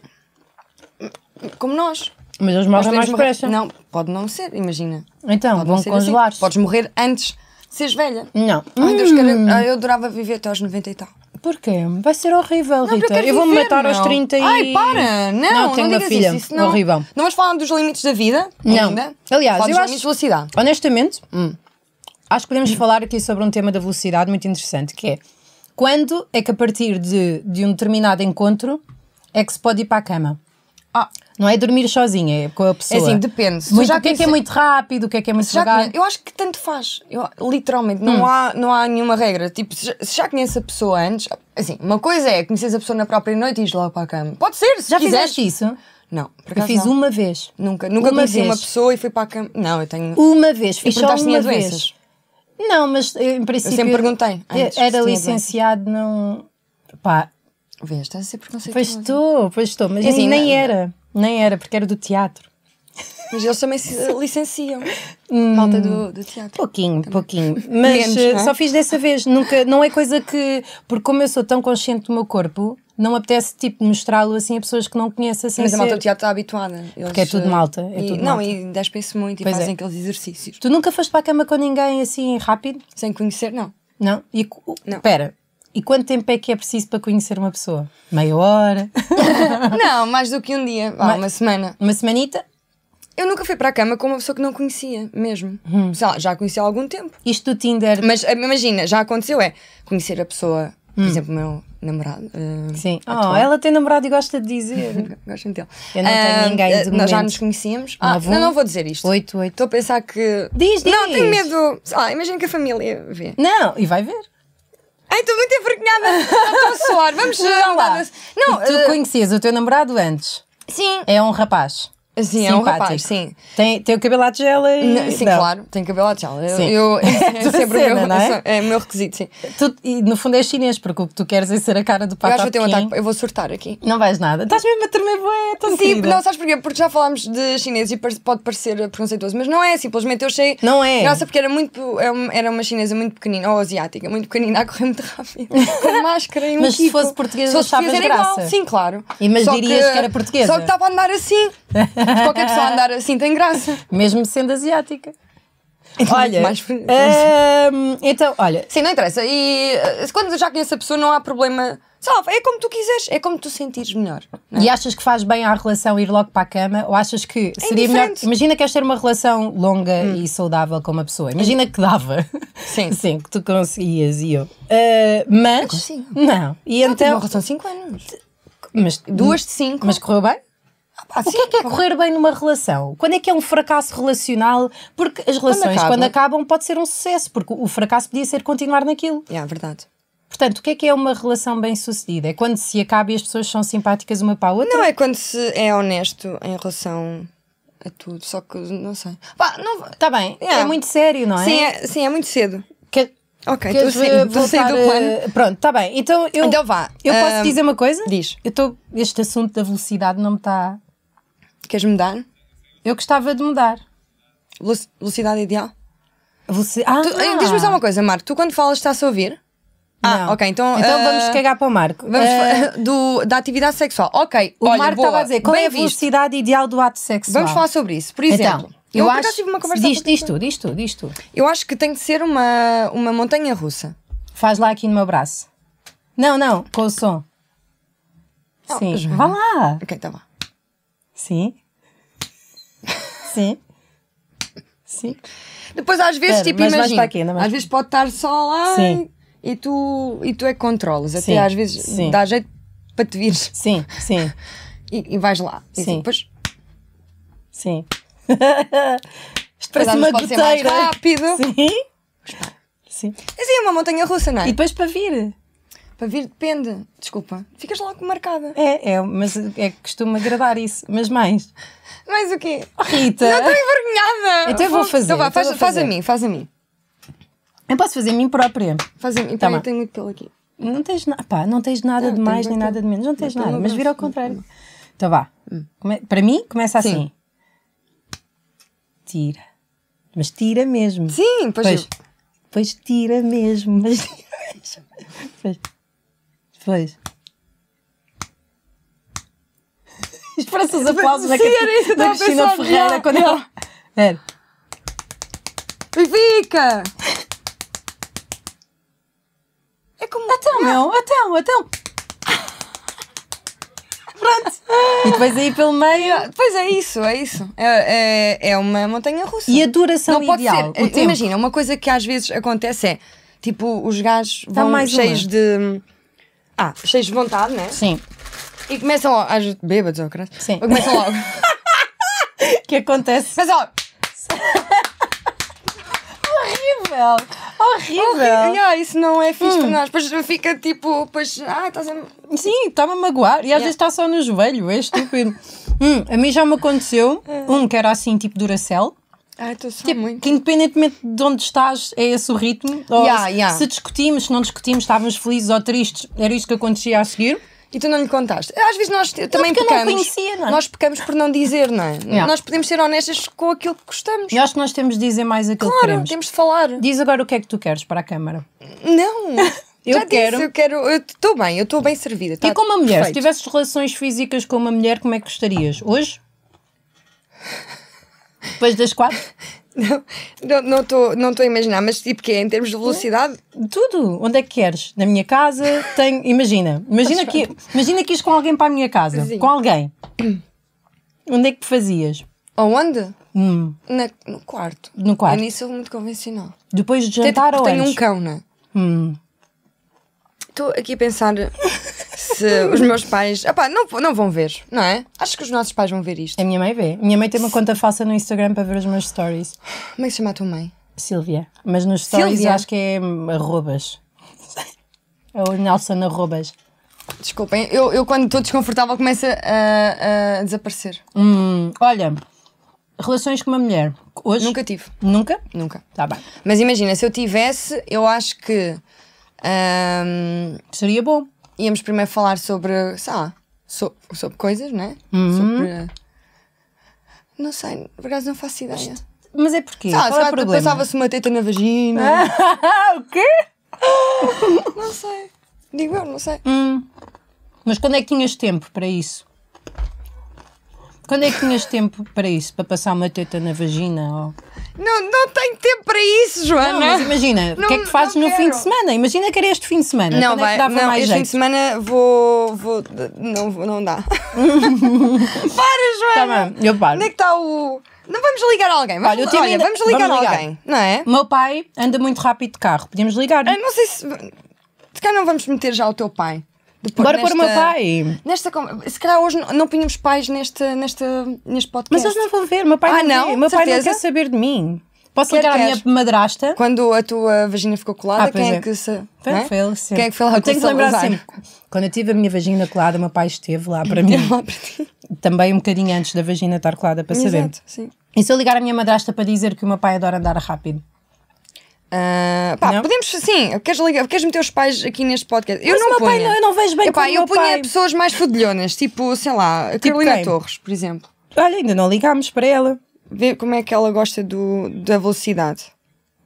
S1: Como nós.
S2: Mas
S1: Nós
S2: eles morrem
S1: podemos
S2: mais
S1: morrer-
S2: depressa.
S1: assim, Não, pode não ser, imagina.
S2: Então,
S1: Pode não
S2: vão
S1: ser assim.
S2: congelar-se. Hum.
S1: Podes morrer antes de seres velha.
S2: Não.
S1: Ai, Deus, quero... Ai, eu adorava viver até aos 90 e tal.
S2: Porquê? Vai ser horrível,
S1: Não, eu
S2: Rita.
S1: quero
S2: Eu, vou me
S1: viver,
S2: matar aos
S1: não.
S2: 30 e...
S1: Ai, para! Não, não,
S2: tenho uma
S1: digas
S2: filha.
S1: isso. isso não...
S2: Horrível.
S1: Não vamos falar dos limites da vida?
S2: Não.
S1: Ainda?
S2: Aliás,
S1: Falar
S2: eu
S1: dos
S2: acho-
S1: limites de velocidade. Hum.
S2: Honestamente, acho que podemos falar aqui sobre um tema da velocidade muito interessante, que é quando é que a partir de, de um determinado encontro é que se pode ir para a cama?
S1: Ah,
S2: Não é dormir sozinha, é com a pessoa.
S1: É assim, depende. Se tu
S2: Muito,
S1: já
S2: o que é que é
S1: conhece-
S2: muito rápido, o que é que é muito
S1: já
S2: devagar?
S1: conhe- Eu acho que tanto faz. Eu, literalmente, não,
S2: Hum.
S1: há, não há nenhuma regra. Tipo, se já, se já conheces a pessoa antes, assim, uma coisa é conheces a pessoa na própria noite e ires logo para a cama. Pode ser, se
S2: Já
S1: quiseres.
S2: fizeste isso?
S1: Não, por
S2: Eu
S1: acaso
S2: fiz
S1: não.
S2: uma vez.
S1: Nunca, nunca
S2: uma
S1: conheci
S2: vez.
S1: uma pessoa e fui para a cama. Não, eu tenho.
S2: Uma vez, fiz só
S1: perguntaste se
S2: uma
S1: tinha
S2: vez.
S1: doenças?
S2: Não, mas eh, em princípio.
S1: sempre perguntei
S2: eh,
S1: antes se
S2: Era
S1: tinha
S2: licenciado num. Pá,
S1: Vês, estás a ser preconceituosa.
S2: pois estou, pois estou, mas
S1: E Então, assim,
S2: nem, nem
S1: não-
S2: era. Nem era, porque era do teatro.
S1: Mas eles também se licenciam.
S2: Hum.
S1: Malta do, do teatro.
S2: Pouquinho, pouquinho. [LAUGHS] Mas
S1: Menos,
S2: eh,
S1: não é?
S2: só fiz dessa vez. Nunca, não é coisa que. Porque como eu sou tão consciente do meu corpo, não me apetece tipo, mostrá-lo assim a pessoas que não conheço assim.
S1: Mas a malta do
S2: tu...
S1: teatro está habituada. Eles,
S2: Porque é tudo
S1: eh,
S2: malta, é
S1: e-
S2: tudo
S1: não,
S2: malta.
S1: e despem-se muito e
S2: Pois é.
S1: fazem aqueles exercícios.
S2: nunca foste para a cama com ninguém assim rápido?
S1: Sem conhecer, não. [LAUGHS]
S2: Não? E,
S1: Não.
S2: Espera. E quanto tempo é que é preciso para conhecer uma pessoa?
S1: [LAUGHS]
S2: Meia hora?
S1: não, mais do que um dia, vá,
S2: Mas-
S1: uma semana.
S2: Uma semanita?
S1: Eu nunca fui para a cama com uma pessoa que não conhecia, mesmo.
S2: Hum.
S1: Sei lá, já a conheci há algum tempo.
S2: Isto do Tinder.
S1: Mas eh, imagina, já aconteceu é conhecer a pessoa, por exemplo, o meu namorado. eh,
S2: Hum. Sim. Oh,
S1: atual.
S2: ela tem namorado e gosta de dizer.
S1: Gosto muito dele.
S2: Eu não tenho
S1: Ah,
S2: ninguém de
S1: ah, Nós já
S2: momento.
S1: nos conhecíamos. [LAUGHS]
S2: Lá
S1: Ah,
S2: vou.
S1: não, não vou dizer isto.
S2: um, Oito, oito.
S1: Estou a pensar que.
S2: Diz, diz.
S1: Não, tenho medo. Sei lá, imagina que a família vê.
S2: Não, e vai ver.
S1: Ai, estou muito envergonhada. Estou a suar. Vamos ah,
S2: Não, lá.
S1: andar a- Não,
S2: tu
S1: ah,
S2: conhecias o teu namorado antes?
S1: sim.
S2: É um rapaz.
S1: Sim, é um
S2: Simpático.
S1: rapaz, sim.
S2: Tem, tem o cabelo à tigela e.
S1: N- Hum, Sim,
S2: Não.
S1: claro, tem cabelo à tela. Eu,
S2: Sim. [LAUGHS]
S1: eu-
S2: É a
S1: é
S2: tua
S1: sempre o
S2: cena,
S1: meu,
S2: não é?
S1: é? o meu requisito, sim.
S2: Tu- e no fundo é chinês, porque o que tu queres é ser a cara do
S1: Eu
S2: pato
S1: acho que eu tenho um
S2: Hopkins.
S1: ataque. Eu vou surtar aqui.
S2: Não vais nada. Estás mesmo a tremer bué, tão
S1: Sim,
S2: querida.
S1: não, sabes porquê? Porque já falámos de chineses e par- pode parecer preconceituoso, mas não é, simplesmente eu achei.
S2: Não é.
S1: Graça, porque era muito. é uma- Era uma chinesa muito pequenina, ou asiática, muito pequenina, a correr muito
S2: [LAUGHS]
S1: rápido, com máscara e um
S2: Mas se
S1: Kiko.
S2: fosse portuguesa,
S1: Se fosse portuguesa,
S2: achavas
S1: era igual,
S2: graça?
S1: Sim, claro.
S2: E mas dirias que era portuguesa?
S1: Só que
S2: [LAUGHS]
S1: estava a andar assim. Qualquer pessoa a andar assim tem graça.
S2: Mesmo sendo asiática. Olha,
S1: É mais bonito.
S2: ahm, então, olha,
S1: Sim, não interessa. E eh, quando já conheço a pessoa, não há problema. Sei lá, é como tu quiseres, é como tu sentires melhor. não é?
S2: E achas que faz bem à relação ir logo para a cama? Ou achas que seria melhor?
S1: indiferente. Hum.
S2: Imagina que queres ter uma relação longa e saudável com uma pessoa. Imagina que dava.
S1: [LAUGHS] Sim.
S2: Sim, que tu conseguias e eu. Ah, mas.
S1: consigo.
S2: Não. E
S1: Tive uma
S2: então.
S1: relação de 5 anos.
S2: Mas,
S1: Duas de 5.
S2: mas correu bem? O que é
S1: Ah,
S2: que é correr bem numa relação? Quando é que é um fracasso relacional? Porque as relações,
S1: acaba.
S2: quando, acabam, pode ser um sucesso, porque o fracasso podia ser continuar naquilo.
S1: É, verdade.
S2: Portanto, o que é que é uma relação bem-sucedida? É quando se acaba e as pessoas são simpáticas uma para a outra?
S1: Não é quando se é honesto em relação a tudo, só que não sei. Pá, não-
S2: Está bem, é
S1: Yeah.
S2: muito sério, não é?
S1: Sim, é, sim, é muito cedo.
S2: Que-
S1: Ok, estou a
S2: queres
S1: sair
S2: eh,
S1: estou a sair do
S2: voltar,
S1: plano.
S2: eh, Pronto, está bem. Então eu,
S1: Então vá,
S2: eu posso
S1: ahm,
S2: dizer uma coisa?
S1: diz.
S2: Eu estou este assunto da velocidade não me está.
S1: Queres mudar?
S2: Eu gostava de mudar.
S1: Velo- Velocidade ideal?
S2: Você... Ah,
S1: Tu- eh, Diz-me só uma coisa, Marco. Tu quando falas está-se a ouvir? Ah,
S2: Não.
S1: ok, então.
S2: Então
S1: eh,
S2: vamos cagar para o Marco.
S1: Vamos
S2: Eh,
S1: fa- [LAUGHS] do, da atividade sexual. Ok,
S2: o
S1: olha,
S2: Marco
S1: boa,
S2: estava a dizer qual
S1: bem
S2: é a
S1: visto.
S2: velocidade ideal do ato sexual.
S1: Vamos falar sobre isso. Por exemplo,
S2: Então,
S1: eu,
S2: eu
S1: por
S2: acho.
S1: acaso tive uma conversa
S2: diz,
S1: com-
S2: diz tu, diz tu, diz tu.
S1: Eu acho que tem que ser uma, uma montanha russa.
S2: Faz lá aqui no meu braço. Não, não, com o som.
S1: Não,
S2: Sim.
S1: Joana.
S2: Vá lá.
S1: Ok, tá lá.
S2: Sim. Sim. Sim.
S1: Depois às vezes,
S2: Espera,
S1: tipo,
S2: mas- mas
S1: imagina.
S2: está aqui, ainda mais.
S1: às vezes pode estar só lá
S2: Sim.
S1: e e tu, e tu é que controlas. Até
S2: Sim,
S1: às vezes
S2: sim.
S1: dá jeito para te vires
S2: Sim, sim,
S1: e, e vais lá. E
S2: Sim.
S1: depois,
S2: sim. [LAUGHS]
S1: depois
S2: Isto parece
S1: às
S2: uma
S1: vezes pode ser mais
S2: goteira.
S1: rápido.
S2: Sim. Sim.
S1: Mas é uma montanha russa, não é?
S2: E depois para vir.
S1: Para vir depende. Desculpa. Ficas logo marcada.
S2: É, é, mas é que costuma agradar isso. Mas mais.
S1: Mais o quê?
S2: Oh, Rita.
S1: Não estou envergonhada.
S2: Então eu vou fazer,
S1: Então vá,
S2: então
S1: faz,
S2: vou
S1: faz a
S2: fazer.
S1: mim, faz a mim.
S2: Eu posso fazer a mim própria.
S1: Faz a mim.
S2: Tá
S1: Peraí,
S2: bem.
S1: eu tenho muito pelo aqui.
S2: Não tens, na... pá, não tens nada
S1: Não,
S2: de mais
S1: tenho
S2: nem nada de menos. Não tens
S1: tenho
S2: nada.
S1: um
S2: Mas vira ao
S1: braço.
S2: contrário. Então vá. Come- Para mim, começa assim.
S1: Hum. Sim.
S2: Tira. Mas tira mesmo.
S1: Sim, pois.
S2: Pois,
S1: eu-
S2: pois tira mesmo. Mas tira mesmo. Pois. Pois. Isto parece os aplausos da,
S1: Sim, era isso que eu
S2: da
S1: estava a
S2: Cristina
S1: pensar,
S2: Ferreira
S1: já,
S2: quando
S1: já.
S2: ela. Era.
S1: E fica!
S2: [LAUGHS]
S1: É como.
S2: Então, meu, então, então. Pronto. E depois aí pelo meio.
S1: Pois é isso, é isso. É, é, é uma montanha russa.
S2: E a duração
S1: Não pode
S2: ideal?
S1: ser. Eh,
S2: O tempo?
S1: Imagina, uma coisa que às vezes acontece é tipo, os gajos
S2: Dá
S1: vão
S2: mais uma.
S1: cheios de. Ah, cheios de vontade, né?
S2: Sim.
S1: E começam logo. Às vezes, bêbados ou caralho.
S2: Sim.
S1: Ou Começam
S2: [LAUGHS]
S1: logo.
S2: [LAUGHS] Que acontece.
S1: Começam logo.
S2: Horrível!
S1: Oh,
S2: Horrível!
S1: yeah, isso não é fixe
S2: Hum.
S1: para nós. Depois fica tipo. Pois, ah, estás a.
S2: Sim, está-me a magoar. E às vezes está só no joelho, é estúpido.
S1: [LAUGHS]
S2: Hum, a mim já me aconteceu um que era assim, tipo Duracell.
S1: Ah, estou só
S2: Tipo,
S1: É. muito.
S2: que independentemente de onde estás, é esse o ritmo. Ou
S1: Yeah,
S2: se,
S1: yeah.
S2: se discutimos, se não discutimos, estávamos felizes ou tristes, era isto que acontecia a seguir.
S1: E tu não lhe contaste. Às vezes nós te- também
S2: porque eu não
S1: pecamos.
S2: conhecia, não é?
S1: Nós pecamos por não dizer, não é?
S2: Yeah.
S1: Nós podemos ser honestas com aquilo que gostamos.
S2: Eu acho que nós temos de dizer mais aquilo que
S1: Claro,
S2: queremos.
S1: temos de falar.
S2: Diz agora o que é que tu queres para a Câmara.
S1: Não.
S2: [LAUGHS] Eu
S1: Já
S2: quero.
S1: Disse, eu quero. Eu estou bem, eu estou bem servida. tá
S2: e com uma mulher, se
S1: perfeito.
S2: tivesses relações físicas com uma mulher, como é que gostarias?
S1: [LAUGHS]
S2: Hoje? Depois das quatro?
S1: Não- Não estou não estou a imaginar, mas tipo que é em
S2: Hum?
S1: termos de velocidade.
S2: Tudo. Onde é que queres? Na minha casa? Tenho... Imagina. Imagina que... Imagina que ires com alguém para a minha casa.
S1: Sim.
S2: Com alguém. Onde é que fazias?
S1: Aonde?
S2: Hum.
S1: Na- no quarto.
S2: No quarto.
S1: Eu nisso sou muito convencional.
S2: Depois de
S1: Até
S2: jantar
S1: tipo,
S2: ou
S1: tenho
S2: antes?
S1: um cão, não é?
S2: Hum.
S1: Estou aqui a pensar se os meus pais. Opá, não, não vão ver, não é? Acho que os nossos pais vão ver isto.
S2: A minha mãe vê. Minha mãe tem uma conta falsa no Instagram para ver os meus stories.
S1: Como é que se chama a tua mãe?
S2: Silvia. Mas nos stories
S1: Sílvia?
S2: eu acho que é hum, arrobas. [LAUGHS] É o Nelson arrobas.
S1: Desculpem, eu, eu quando estou desconfortável começo a, a desaparecer.
S2: Hum, olha, relações com uma mulher. Hoje?
S1: Nunca tive,
S2: Nunca?
S1: nunca.
S2: Tá bem.
S1: Mas imagina, se eu tivesse, eu acho que ahm,
S2: Seria bom.
S1: íamos primeiro falar sobre, sei lá, so- sobre coisas, né?
S2: Uhum.
S1: Sobre. Não sei, por acaso não faço ideia.
S2: Mas é porque?
S1: Ah,
S2: Qual é o
S1: se
S2: problema?
S1: passava-se uma teta na vagina.
S2: [LAUGHS] Ah, o quê?
S1: Não sei. Digo eu, não sei.
S2: Hum. Mas quando é que tinhas tempo para isso? Quando é que tinhas tempo para isso? Para passar uma teta na vagina? Ou...
S1: Não, não tenho tempo para isso, Joana.
S2: Não, mas imagina, o que é que
S1: Não-
S2: fazes
S1: não
S2: no fim de
S1: quero.
S2: semana? Imagina que era este fim de semana.
S1: Não,
S2: Quando é
S1: vai,
S2: que dava
S1: não,
S2: mais
S1: este fim de
S2: jeito?
S1: semana vou. vou não, não dá.
S2: [LAUGHS]
S1: Para,
S2: Tá
S1: Joana!
S2: bem, eu paro.
S1: Onde é que está o. Não vamos ligar a alguém. Vamos,
S2: Olha, eu
S1: olha,
S2: tenho ainda-
S1: vamos ligar
S2: vamos
S1: a
S2: ligar.
S1: alguém, não é?
S2: O meu pai anda muito rápido de carro, podíamos ligar.
S1: Eu não sei se. Se calhar não vamos meter já o teu pai. Depois,
S2: Bora pôr o meu
S1: nesta-
S2: pai.
S1: Nesta, con- se calhar hoje não, não punhamos pais neste, neste, neste podcast.
S2: Mas eles não vão ver, meu pai
S1: Ah, não?
S2: não, vê. Meu pai não
S1: Certeza?
S2: quer saber de mim. Posso
S1: Quer,
S2: ligar à
S1: quer.
S2: minha madrasta?
S1: Quando a tua vagina ficou colada,
S2: Ah, pois
S1: quem é,
S2: é.
S1: que se.
S2: Foi,
S1: não é?
S2: foi ele, sim.
S1: Quem é que foi lá
S2: Eu
S1: com
S2: tenho
S1: o
S2: que lembrar
S1: Salazar? [LAUGHS]
S2: sempre. Quando eu tive a minha vagina colada, o meu pai esteve lá para mim.
S1: [LAUGHS] Teve lá para ti.
S2: Também um bocadinho antes da vagina estar colada, para saber.
S1: Exato, sim.
S2: E se eu ligar à minha madrasta para dizer que o meu pai adora andar rápido?
S1: Ah, pá,
S2: Não?
S1: podemos, sim, queres, ligar, queres meter os pais aqui neste podcast? Eu
S2: Mas
S1: não
S2: o meu pai
S1: punha.
S2: não- eu não vejo bem
S1: Epá,
S2: como o
S1: eu
S2: meu
S1: punha
S2: pai.
S1: pessoas mais fodilhonas, tipo, sei lá, a Carolina
S2: quem?
S1: Torres, por exemplo.
S2: Olha, ainda não ligámos para ela.
S1: Vê como é que ela gosta do, da velocidade.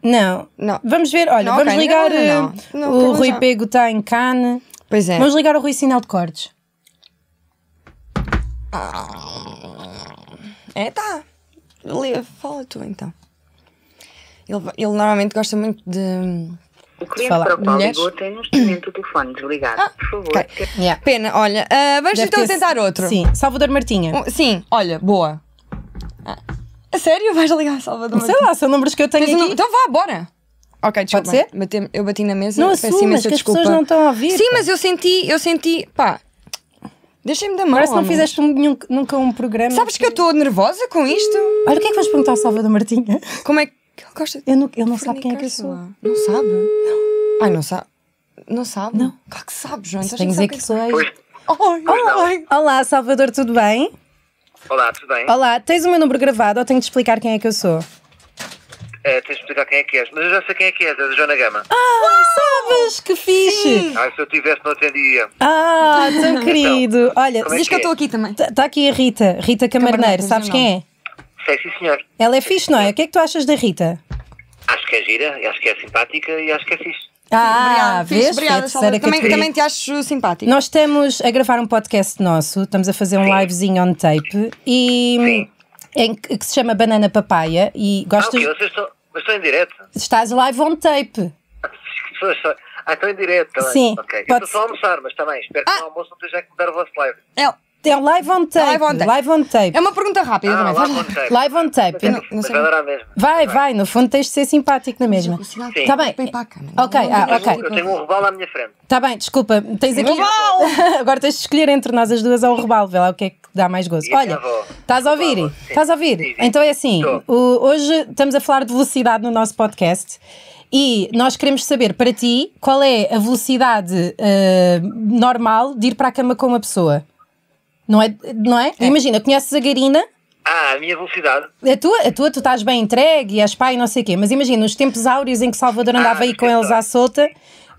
S2: Não.
S1: Não.
S2: Vamos ver, olha,
S1: Não, ok,
S2: vamos
S1: não,
S2: ligar.
S1: não, não,
S2: eh,
S1: não. Não,
S2: o
S1: para
S2: Rui
S1: já.
S2: Pego está em Cannes.
S1: Pois é.
S2: Vamos ligar ao Rui Sinal de Cortes.
S1: É, tá. Lê, fala tu então. Ele, ele normalmente gosta muito de.
S3: O cliente
S2: Fala.
S3: para o qual
S1: Mulheres? Ah,
S3: ligou tem neste momento o telefone desligado. Ah, Por favor, é-
S1: ok.
S3: tente-
S2: Yeah.
S1: Pena, olha, ah, vamos
S2: Deve
S1: então
S2: ter-
S1: tentar outro.
S2: Sim, Salvador Martinha.
S1: Um- sim, olha, boa. Ah, a sério? Vais ligar a Salvador?
S2: Sei lá, são números que eu tenho
S1: Tens o número-
S2: aqui.
S1: Então vá, bora. Ok, desculpa.
S2: ser?
S1: Bate- eu bati na mesa.
S2: Não
S1: peço
S2: assumas,
S1: imensa
S2: que as
S1: desculpa.
S2: pessoas não estão a ouvir,
S1: Sim,
S2: pá.
S1: mas eu senti, eu senti, pá. Deixem-me da mão.
S2: Parece que não
S1: homem.
S2: fizeste um- nenhum- nunca um programa.
S1: Sabes que eu estou nervosa com isto?
S2: Olha, o que é que vais perguntar ao Salvador Martinha?
S1: Como é que ele gosta de
S2: Ele não, ele não sabe quem é que eu
S1: fornicar-se
S2: sou.
S1: lá? Não sabe? Ai, não sabe. Não sabe? Não. Claro que sabe, é João.
S2: Tenho que dizer que sou ex.
S4: Pois,
S1: Ai, ai.
S2: Olá, Salvador, tudo bem?
S4: olá, tudo bem?
S2: Olá, tens o meu número gravado ou tenho de explicar quem é que eu sou?
S4: É, tens de explicar quem é que és, mas eu já sei quem é que és, és a Joana Gama.
S2: Ah.
S1: Ah,
S2: Sabes, que fixe!
S4: Ah, se eu tivesse não atendia. [LAUGHS]
S2: Ah, tão querido. Olha,
S4: Então, como é
S1: Diz que eu
S4: é?
S1: estou aqui também.
S2: está tá aqui a Rita, Rita Camarneiro,
S1: Camarneiro,
S2: sabes
S1: não.
S2: quem é?
S4: Sei sim senhor.
S2: Ela é fixe, não é? O que é que tu achas da Rita?
S4: Acho que é gira, acho que é simpática e acho que é fixe.
S2: Ah,
S1: Obrigada, fixe,
S2: vês? É Foi a
S1: Obrigada,
S2: terceira
S1: Salvador. Também,
S2: categoria.
S1: também te acho simpático.
S2: Nós estamos a gravar um podcast nosso, estamos a fazer um livezinho on tape e em que, que se chama Banana Papaya e
S4: Ah, o
S2: gostas
S4: quê? Vocês estão, mas estão em direto?
S2: estás live on tape.
S4: As pessoas estão- Ah, estão em direto também.
S2: Sim,
S4: Ok. Eu
S2: pode
S4: estou só a almoçar, mas está bem. Espero que
S1: Ah.
S4: no almoço não esteja a mudar o vosso live.
S1: É,
S2: É um live on tape.
S1: live on tape.
S2: Live on tape.
S1: é uma é pergunta rápida
S4: Ah,
S1: também.
S4: lá
S1: faz lá.
S4: contei.
S2: Live on tape.
S1: não- não
S4: Mas
S1: sei.
S4: agora mesmo.
S2: Vai, vai, no fundo tens de ser simpático é na mesma.
S1: velocidade
S4: Sim.
S2: Está bem.
S1: para ir para a câmara.
S2: Ok,
S1: Não, não
S2: ah,
S1: tem
S2: ok.
S4: Eu tenho um robalo à minha frente.
S2: Está Tá bem, desculpa. Tens aqui.
S1: Rebalo!
S2: [LAUGHS] Agora tens de escolher entre nós as duas ou o rebalo, vê lá o que é que dá mais gozo.
S4: E a
S2: Olha,
S4: minha avó?
S2: estás a ouvir?
S4: Rebalo, sim.
S2: Estás a ouvir?
S4: Sim, sim.
S2: Então é assim:
S4: Estou.
S2: o- hoje estamos a falar de velocidade no nosso podcast e nós queremos saber para ti qual é a velocidade eh, normal de ir para a cama com uma pessoa. Não é? Não é? Imagina, conheces a Garina.
S4: Ah, a minha velocidade.
S2: A tua, a tua, tu estás bem entregue e és pai e não sei o quê, mas imagina, nos tempos áureos em que Salvador andava aí com
S4: esquece
S2: eles
S4: lá.
S2: à solta,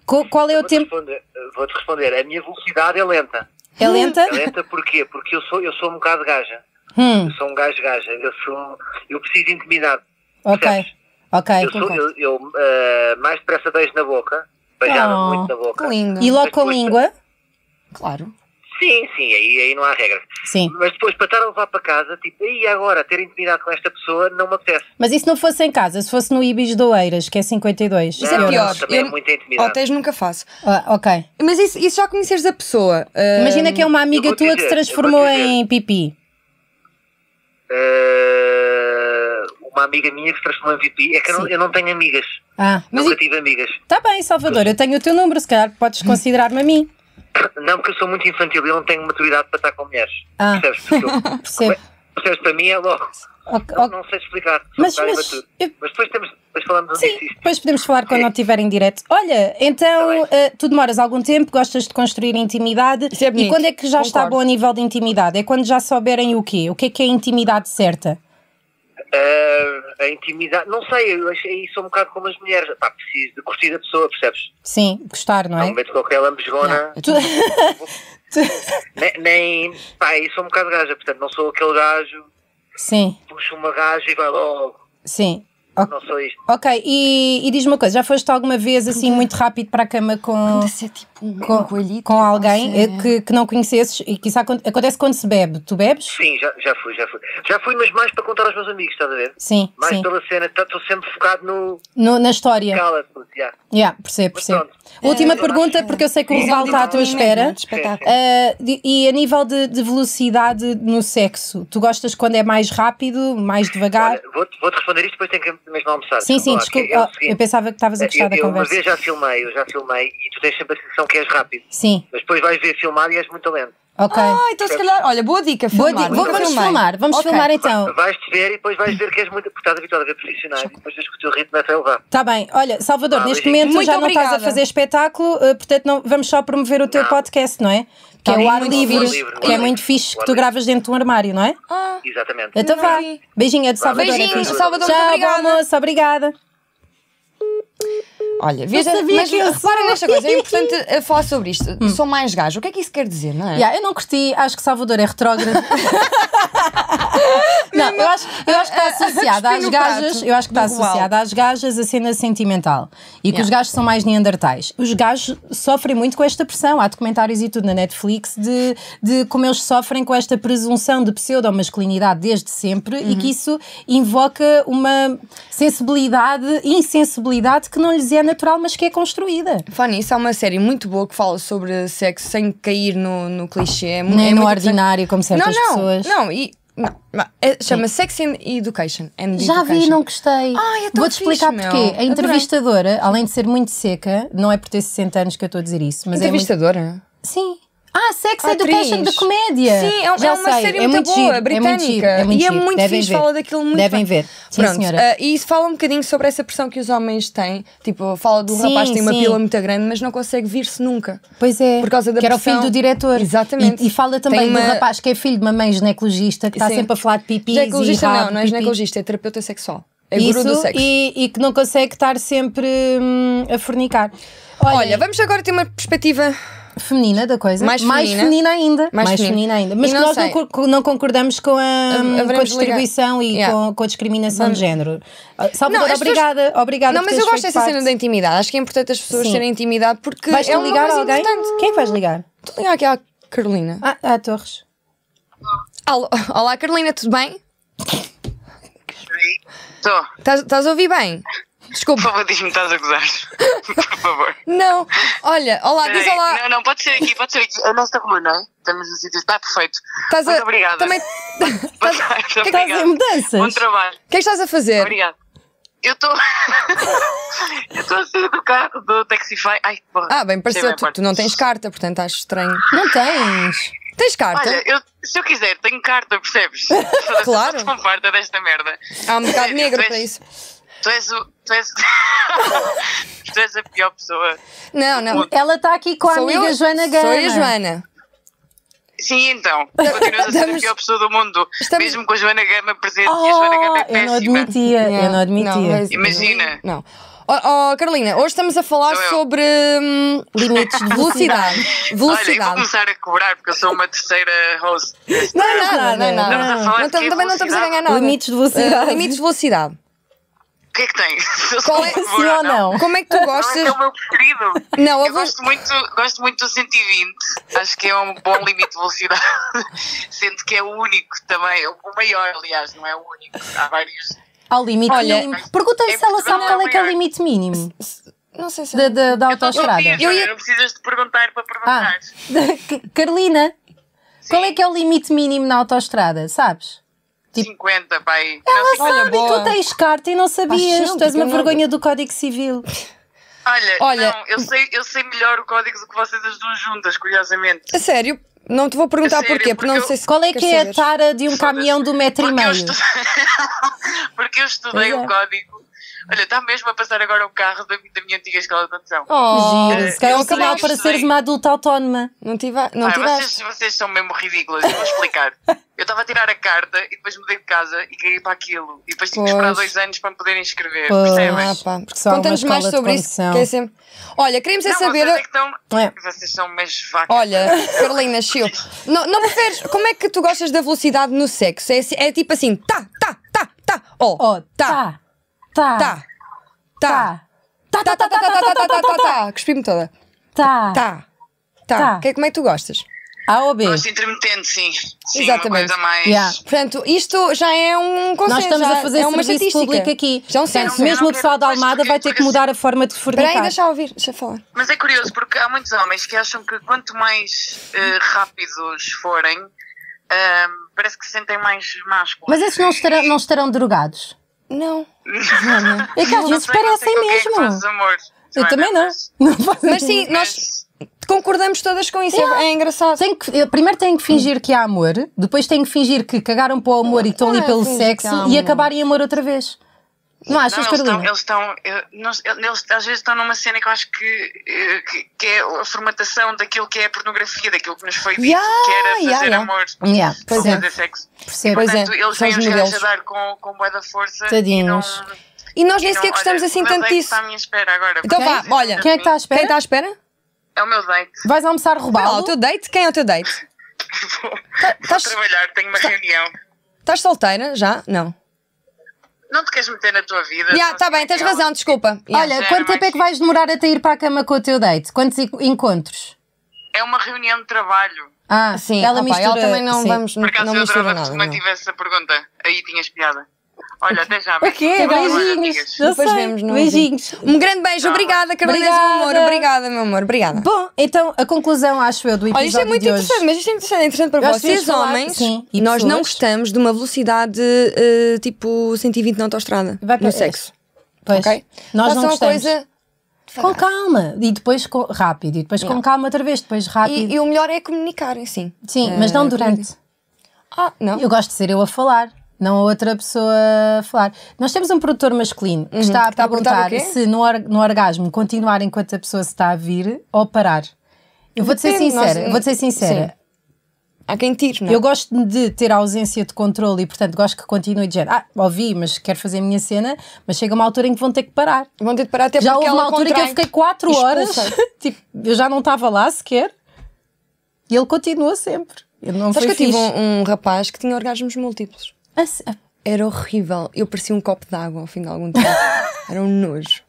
S2: co- qual é o
S4: Vou-te
S2: tempo?
S4: responder, vou-te responder. A minha velocidade é lenta.
S2: É lenta?
S4: É lenta porquê? Porque eu sou, eu sou um bocado gaja.
S2: Hum.
S4: Eu sou um gajo gaja. Eu sou. Eu preciso de intimidade.
S2: Ok.
S4: Percebes?
S2: Ok,
S4: Eu, sou,
S2: concordo.
S4: eu, eu, eh, mais depressa beijo na boca. Beijava
S2: Oh,
S4: muito na boca.
S1: Que lindo.
S2: E logo
S4: Mas
S2: com a
S4: depois-
S2: língua?
S1: Claro.
S4: Sim, sim, aí, aí não há regra.
S2: Sim.
S4: Mas depois, para estar a levar para casa, tipo, e agora ter intimidade com esta pessoa não me apetece.
S2: Mas e se não fosse em casa, se fosse no Ibis de Oeiras, que é 52?
S1: Isso é
S4: Não,
S1: pior.
S4: não, também é muita intimidade.
S1: Hotéis nunca faço.
S2: Ah, ok.
S1: Mas isso, isso já conheces a pessoa. ah,
S2: Imagina que é uma
S4: Hum, eu
S2: amiga
S4: vou
S2: tua que
S4: dizer,
S2: se
S4: eu vou
S2: transformou
S4: dizer.
S2: em pipi.
S4: Eh, uma amiga minha que se transformou em VP. É que eu não, eu não tenho amigas.
S2: Ah, mas
S4: Nunca tive amigas. [COUGHS]
S2: está Tá bem, Salvador, eu tenho o teu número, se calhar podes considerar-me a mim.
S4: Não, porque eu sou muito infantil e eu não tenho maturidade para estar com mulheres.
S2: Ah.
S4: Percebes? Porque eu-
S2: [LAUGHS] Percebo.
S4: Percebes? Para mim é logo.
S2: Ok,
S4: Não,
S2: ok.
S4: não sei explicar. sou
S2: Mas-
S4: um bocado
S2: mas-
S4: imaturo.
S2: eu-
S4: mas depois, temos, depois falamos
S2: Sim,
S4: disso.
S2: depois podemos falar quando
S4: Sim.
S2: não estiver em direto. Olha, então
S4: Tá
S2: eh, tu demoras algum tempo, gostas de construir intimidade.
S1: Isso é
S2: e
S1: bonito,
S2: quando é que já está
S1: concordo.
S2: bom a nível de intimidade? É quando já souberem o quê? O que é que é a intimidade certa?
S4: Ah, a intimidade. Não sei, eu acho- aí sou um bocado como as mulheres. Pá, preciso de curtir a pessoa, percebes?
S2: Sim, gostar, não
S4: Não
S2: é?
S4: me meto com aquela lambisgona.
S2: Tu-
S4: Nem, nem. Pá, aí sou um bocado gaja, portanto, não sou aquele gajo,
S2: sim,
S4: puxo uma gaja e vai logo.
S2: sim. Ok,
S4: Não sou isto.
S2: Ok, e, e diz-me uma coisa, já foste alguma vez assim muito rápido para a cama com.
S1: Deve ser tipo.
S2: com,
S1: coelhito,
S2: com alguém
S1: não sei.
S2: eh, que, que não conhecesses e que isso acon- acontece quando se bebe. Tu bebes?
S4: Sim, já, já fui, já fui. Já fui, mas mais para contar aos meus amigos, estás a ver?
S2: Sim,
S4: Mais
S2: sim.
S4: pela cena, tá- estou sempre focado no
S2: No- na história.
S4: cala-te, já.
S2: Yeah, percebo, percebo.
S4: pronto.
S2: Última
S4: Eh,
S2: pergunta, porque eu sei que o Val está à tua espera.
S1: Espetáculo.
S2: Ah, de- e a nível de, de velocidade no sexo, tu gostas quando é mais rápido, mais devagar?
S4: Olha, vou-te vou-te responder isto, depois tenho que mesmo almoçar.
S2: Ah. sim, sim,
S4: Vá,
S2: desculpa.
S4: que é o
S2: Oh, eu
S4: seguinte,
S2: pensava que estavas a gostar
S4: eu,
S2: da
S4: eu uma
S2: conversa.
S4: vez já filmei, eu já filmei e tu tens sempre a sensação que és rápido.
S2: Sim,
S4: Mas depois vais ver filmar e és muito lento.
S2: ok.
S1: Ah, então se calhar, olha, boa dica,
S2: Boa
S1: filmar.
S2: dica. Vou-
S1: Nunca
S2: Vamos
S1: filmei.
S2: filmar, vamos
S1: Ok.
S2: filmar então.
S4: Vais-te ver e depois vais ver que és muito. Porque estás habituado a ver profissionais e depois vês que o teu ritmo é para elevar.
S2: Está Tá bem, olha, Salvador,
S4: Ah,
S2: neste
S4: beijinho.
S2: momento
S1: Muito
S2: já não estás a
S1: obrigada.
S2: fazer espetáculo, eh, portanto não, vamos só promover o teu
S4: Não.
S2: podcast, não é? Que
S1: Tá
S2: é o
S1: bem,
S2: Ar
S1: muito
S2: Livre,
S1: fixe.
S2: que é muito fixe, que tu gravas dentro de um armário, não é?
S1: Ah,
S4: Exatamente.
S2: Então
S1: Não
S2: vá.
S1: vi.
S2: Beijinho, é do Salvador.
S1: Beijinho,
S2: é fixe.
S1: Salvador,
S2: Tchau,
S1: muito obrigada.
S2: bom almoço, obrigada.
S1: olha, veja,
S2: sabia
S1: mas
S2: que eu
S1: repara
S2: sou.
S1: nesta coisa, é importante eh, falar sobre isto. Sou mais gajo, o que é que isso quer dizer, não é?
S2: Yeah, eu não curti, acho que Salvador
S1: [LAUGHS]
S2: é retrógrado. não, eu acho, eu acho que está associada às
S1: Cuspi no prato.
S2: gajas, eu acho que está
S1: Igual.
S2: associada às gajas a cena sentimental. E que
S1: Yeah.
S2: os gajos são mais neandertais. Os gajos sofrem muito com esta pressão. Há documentários e tudo na Netflix de, de como eles sofrem com esta presunção de pseudomasculinidade desde sempre e
S1: Uhum.
S2: que isso invoca uma sensibilidade, insensibilidade que não lhes é natural, mas que é construída.
S1: Fani, isso há uma série muito boa que fala sobre sexo sem cair no, no clichê. É mu-
S2: Nem
S1: é
S2: no
S1: muito
S2: ordinário, como
S1: interessante.
S2: certas
S1: não, não,
S2: pessoas.
S1: Não, e. Não, mas, é- chama-se Sex and Education. and
S2: Já vi,
S1: Education.
S2: não gostei.
S1: Ai, é tão
S2: Vou-te
S1: fixe,
S2: explicar
S1: meu.
S2: porquê. A
S1: Adorei.
S2: entrevistadora, além de ser muito seca, não é por ter 60 anos que eu estou a dizer isso, mas é muito...
S1: Entrevistadora.
S2: Sim. Ah, Sex
S1: Atriz.
S2: Education de comédia.
S1: Sim, é, um-
S2: Já
S1: é uma
S2: sei.
S1: série
S2: é
S1: muito,
S2: muito
S1: boa,
S2: giro,
S1: britânica.
S2: É muito giro, é muito
S1: e é
S2: giro.
S1: muito
S2: Devem
S1: fixe,
S2: ver.
S1: fala daquilo muito
S2: Devem
S1: bem.
S2: ver. Sim,
S1: Pronto,
S2: senhora.
S1: ah, e isso fala um bocadinho sobre essa pressão que os homens têm. Tipo, fala do
S2: Sim,
S1: rapaz que tem uma
S2: sim.
S1: pila muito grande, mas não consegue vir-se nunca.
S2: Pois é,
S1: Por causa da
S2: que era o
S1: pressão.
S2: filho do diretor.
S1: Exatamente.
S2: E, e fala também
S1: Tem
S2: do
S1: uma-
S2: rapaz que é filho de uma mãe ginecologista que está
S1: Sim.
S2: sempre a falar de pipi.
S1: Ginecologista não, não é ginecologista, é terapeuta sexual. É guru do
S2: Isso,
S1: sexo.
S2: E, e que não consegue estar sempre hum, a fornicar.
S1: Olha, vamos agora ter uma perspectiva
S2: feminina da coisa.
S1: Mais feminina.
S2: ainda. Mais,
S1: Mais feminina.
S2: feminina. ainda. Mas
S1: E
S2: que
S1: não
S2: nós não,
S1: sei. Hum,
S2: cor- não concordamos com a,
S1: Haveremos
S2: com a
S1: de
S2: distribuição e
S1: ligar. Yeah.
S2: com, com a discriminação de género. Ah, Salvador,
S1: as pessoas-
S2: obrigada. Obrigada
S1: Não,
S2: por
S1: mas
S2: teres
S1: eu gosto
S2: feito
S1: dessa cena
S2: parte.
S1: da intimidade. Acho que é importante as pessoas
S2: Sim.
S1: terem intimidade porque
S2: Vais-te
S1: é uma
S2: ligar a
S1: coisa
S2: alguém?
S1: importante.
S2: Quem é que vais ligar?
S1: Estou a ligar aqui à Carolina.
S2: Ah, ah, Torres.
S1: Alô- Olá, Carolina, tudo bem?
S5: Estou.
S1: Estás- Estás a ouvir bem?
S5: Por
S1: Desculpa.
S5: favor, diz-me estás a gozar. [LAUGHS] Por favor.
S1: Não. Olha, olá, diz
S5: Peraí.
S1: olá.
S5: Não, não, pode ser aqui, pode ser aqui. É nesta rua, não é? Estamos no sítio. Está perfeito.
S1: Estás a.
S5: Muito obrigada. [LAUGHS]
S1: Também.
S5: Boa
S1: Estás... O
S5: tarde,
S2: Estás
S5: obrigada.
S2: em
S5: Bom
S2: mudanças?
S5: trabalho.
S1: que é que estás a fazer?
S5: Obrigada. Eu estou. [LAUGHS] Eu estou a sair do carro do Taxify. Ai, porra.
S1: Ah, bem,
S5: Chega
S1: pareceu.
S5: à
S1: Tu,
S5: porta.
S1: tu não tens carta, portanto acho estranho.
S2: Não tens.
S1: Tens carta?
S5: Olha, eu, se eu quiser, tenho carta, percebes?
S1: Claro.
S5: Estou farta desta merda.
S1: Há um bocado
S5: [LAUGHS] sério,
S1: negro
S5: tens-
S1: para isso.
S5: Tu és o. Tu és. [LAUGHS] tu és a pior pessoa.
S1: Não, não.
S2: Ela está aqui com a
S1: Sou
S2: amiga
S1: eu,
S2: Joana Gama.
S1: Sou eu, e a Joana.
S5: Sim, então. Continuas a ser
S1: Estamos-
S5: a pior pessoa do mundo.
S1: estamos-
S5: Mesmo com a Joana Gama presente. e a Joana Gama
S2: Oh, eu não
S5: é péssima.
S2: admitia. Eu não admitia.
S1: mas-
S5: Imagina.
S1: Não. Oh, oh, Carolina, hoje estamos a falar
S5: Sou eu.
S1: sobre hum, limites de velocidade.
S5: Olha, eu vou
S1: velocidade.
S5: começar a cobrar porque eu sou uma terceira host.
S1: Não é nada,
S2: nada,
S1: não é nada.
S2: não. Estamos
S5: a falar
S1: Não
S5: de quê?
S1: tam- também não estamos a ganhar
S5: Velocidade?
S1: nada.
S2: Limites de velocidade.
S1: Eh, limites de velocidade.
S5: O que é que tens? [LAUGHS] Eu sou
S1: Qual é-
S5: a favor
S2: Sim ou não?
S1: Como é que tu
S5: Qual é que
S1: gostas?
S5: é o meu preferido?
S1: Não,
S5: Eu
S1: eu vou-
S5: gosto muito, gosto muito do 120, acho que é um bom limite de velocidade, [LAUGHS] sendo que é o único também, é o maior, aliás, não é o único. Há vários.
S2: Ao limite
S1: Olha,
S2: mínimo. Perguntei
S5: é
S2: se ela sabe
S5: possível
S2: qual é que é o
S5: maior.
S2: limite mínimo
S1: Não sei se. é
S2: da, da, da
S5: Eu sou
S2: autoestrada.
S5: diva,
S1: Eu ia-
S5: Não precisas de perguntar para
S2: Ah,
S5: perguntar.
S2: C- [LAUGHS] Carolina, qual é que é o limite mínimo na autoestrada, sabes? tipo-
S5: 50, pai.
S2: Ela
S5: Não,
S2: sabe,
S1: Olha,
S2: e tu
S1: boa.
S2: tens carta e não
S1: Faz
S2: sabias,
S1: sempre,
S2: tu és
S1: que
S2: uma
S1: eu não-
S2: vergonha do Código Civil.
S5: Olha,
S1: Olha-
S5: não, eu sei, eu sei melhor o código do que vocês as duas juntas, curiosamente.
S1: A sério, não te vou perguntar
S5: A sério,
S1: porquê, porque não
S5: porque eu-
S1: sei se.
S2: Qual é que
S1: queres
S2: é a
S1: saber.
S2: tara de um caminhão do metro e
S5: Porque eu
S2: meio?
S5: estudei, [LAUGHS] porque eu estudei
S2: Pois é.
S5: o código. Olha, está mesmo a passar agora o carro da, da minha antiga escola de condução.
S1: Oh,
S2: Giro,
S5: Eh,
S2: se calhar é um
S5: eu sei,
S2: sinal
S5: eu
S2: para
S5: sei.
S2: seres uma adulta autónoma.
S1: não tiva- não
S5: Ah,
S1: tiraste.
S5: vocês, vocês são mesmo ridículas, eu vou explicar. eu estava a tirar a carta e depois mudei de casa e caí para aquilo. E depois tive que esperar
S1: Pois.
S5: dois anos para me poderem inscrever.
S2: Pois.
S5: Percebem?
S1: Ah, pá.
S2: Porque só há uma
S1: Conta-nos mais
S2: escola de
S1: sobre isso.
S2: condução.
S1: que é sempre- Olha, queremos é
S5: Não,
S1: saber.
S5: vocês, é que estão...
S2: É.
S5: vocês são umas vacas.
S1: Olha, Carolina, chill. Não, não preferes. Como é que tu gostas da velocidade no sexo? É, assim- é tipo assim, tá, tá, tá, tá. Oh,
S2: Oh,
S1: tá,
S2: tá,
S1: tá,
S2: tá, tá,
S1: tá, tá, tá, tá, tá, tá, tá, tá, tá, tá, tá. Cuspi-me toda.
S2: tá,
S1: Tá, Tá.
S2: Tá.
S1: Que é- como é que tu gostas?
S2: A ou B?
S5: Gosto intermitente, sim. sim
S1: Exatamente.
S5: Uma coisa mais.
S2: Yeah.
S1: Portanto, isto já é um consenso.
S2: Nós estamos
S1: já
S2: a fazer
S1: é uma
S2: serviço
S1: estatística.
S2: público aqui.
S1: Já é um
S2: Portanto,
S1: censo.
S2: mesmo o
S5: Não,
S2: pessoal da
S5: mas
S2: Almada vai ter que mudar a forma de
S1: Espera aí,
S2: fornicar.
S1: deixa eu ouvir, deixa eu falar.
S5: Mas é curioso porque há muitos homens que acham que quanto mais eh, rápidos forem, ahm, parece que se sentem mais másculos.
S2: Mas é esses não estarão, não estarão drogados.
S1: Não.
S2: É que às
S5: Não
S2: vezes
S5: sei, não sei
S2: parecem
S5: com quem é que
S2: mesmo.
S5: fazes amor,
S2: Eu
S5: Joana,
S2: também não.
S5: mas-
S2: Não fazem
S1: Mas sim, nós
S5: mas-
S1: concordamos todas com isso. é- É engraçado.
S2: Tem que, eh, primeiro têm que
S1: Hum.
S2: fingir que há amor, depois têm que fingir que cagaram para o amor e que estão ali
S1: Ah,
S2: pelo
S1: fingir
S2: sexo
S1: que há
S2: e
S1: amor.
S2: acabarem em amor outra vez. Não achas,
S5: Não, eles
S2: Carolina?
S5: estão, eles estão, eu- nós- eles às vezes estão numa cena que eu acho que, eh, que, que é a formatação daquilo que é a pornografia, daquilo que nos foi dito,
S1: Yeah,
S5: que era fazer
S1: yeah, yeah.
S5: amor,
S2: Yeah, pois é,
S5: fazer sexo.
S2: percebo.
S1: Pois é,
S5: Portanto, eles
S1: são os
S5: vêm os gajos a
S1: modelos.
S5: dar com, com boa da força. e
S2: Tadinhos.
S5: não-
S1: E nós
S5: e
S1: nem sequer
S5: não-
S1: gostamos
S5: olha,
S1: assim
S5: o meu
S1: tanto
S5: date
S1: disso.
S5: Está à minha espera agora.
S1: Então
S5: porque-
S1: vá, olha.
S2: Quem é que está à espera?
S1: Quem está é à espera?
S5: É o meu date. [LAUGHS]
S2: Vais almoçar roubado?
S1: Olha lá, o teu date? Quem é o teu date?
S5: Vou,
S1: Tá-
S5: vou
S1: tás- tá-
S5: trabalhar, tenho uma reunião.
S1: Estás solteira já? Não.
S5: Não te queres meter na tua vida.
S1: Já,
S5: só é
S1: tá
S5: sei
S1: bem, tens
S5: aquela-
S1: razão, desculpa. Já.
S2: Olha,
S5: Já era
S2: quanto tempo é
S5: mais
S2: que vais demorar até ir para a cama com o teu date? Quantos en- encontros?
S5: É uma reunião de trabalho.
S2: Ah,
S1: sim,
S2: ela
S1: opa,
S2: mistura.
S1: ela também não
S2: sim.
S1: vamos
S5: Por acaso
S1: Hum, não
S5: eu
S1: mistura
S5: adorava
S1: nada.
S5: que tu
S1: não.
S5: me tivesse essa pergunta. Aí tinhas piada. Olha,
S1: [LAUGHS]
S5: até já.
S2: O quê?
S5: Beijinhos,
S2: Beijinhos.
S5: amigas.
S2: Eu
S1: Depois
S2: sei.
S1: vemos, não é?
S2: Beijinhos.
S1: Um grande beijo, obrigada, Carolina, és um amor.
S2: Obrigada.
S1: Obrigada, meu amor, obrigada.
S2: Bom, então a conclusão, acho eu, do episódio
S1: Olha, isto é muito
S2: de hoje.
S1: interessante, mas isto é interessante, é interessante para
S2: Eu acho que
S1: vocês,
S2: devíamos falar-
S1: homens.
S2: sim, e
S1: nós não
S2: pessoas.
S1: gostamos de uma velocidade eh, tipo 120 na autostrada
S2: Vai para
S1: no sexo.
S2: Pois,
S1: Ok?
S2: nós
S1: Façam
S2: não
S1: a
S2: gostamos.
S1: coisa
S2: Com calma, e depois com- rápido, e depois com calma outra vez, depois rápido.
S1: e, e o melhor é comunicarem, sim.
S2: Sim,
S1: Eh,
S2: mas não durante.
S1: Ah, não.
S2: Eu gosto de ser eu a falar, não a outra pessoa a falar. Nós temos um produtor masculino que está a
S1: Uhum. que está a
S2: perguntar,
S1: perguntar o quê?
S2: se no, or- no orgasmo continuar enquanto a pessoa se está a vir ou parar. Eu vou-te ser
S1: Depende,
S2: sincera,
S1: nós-
S2: eu vou-te ser sincera.
S1: Há quem tire, não? é?
S2: Eu gosto de ter a ausência de controle e, portanto, gosto que continue de género. Ah, ouvi, mas quero fazer a minha cena, mas chega uma altura em que vão ter que parar.
S1: Vão ter de parar até
S2: já
S1: É porque
S2: houve
S1: ela
S2: uma altura que eu
S1: contrai.
S2: fiquei 4 horas, [LAUGHS] tipo, eu já não estava lá sequer, e ele continua sempre. Ele não
S1: Sabes
S2: foi
S1: que eu tive
S2: fixe.
S1: um, um rapaz que tinha orgasmos múltiplos.
S2: Ah, se- ah,
S1: Era horrível. Eu parecia um copo de água ao fim de algum
S2: [LAUGHS]
S1: tempo. Era um nojo.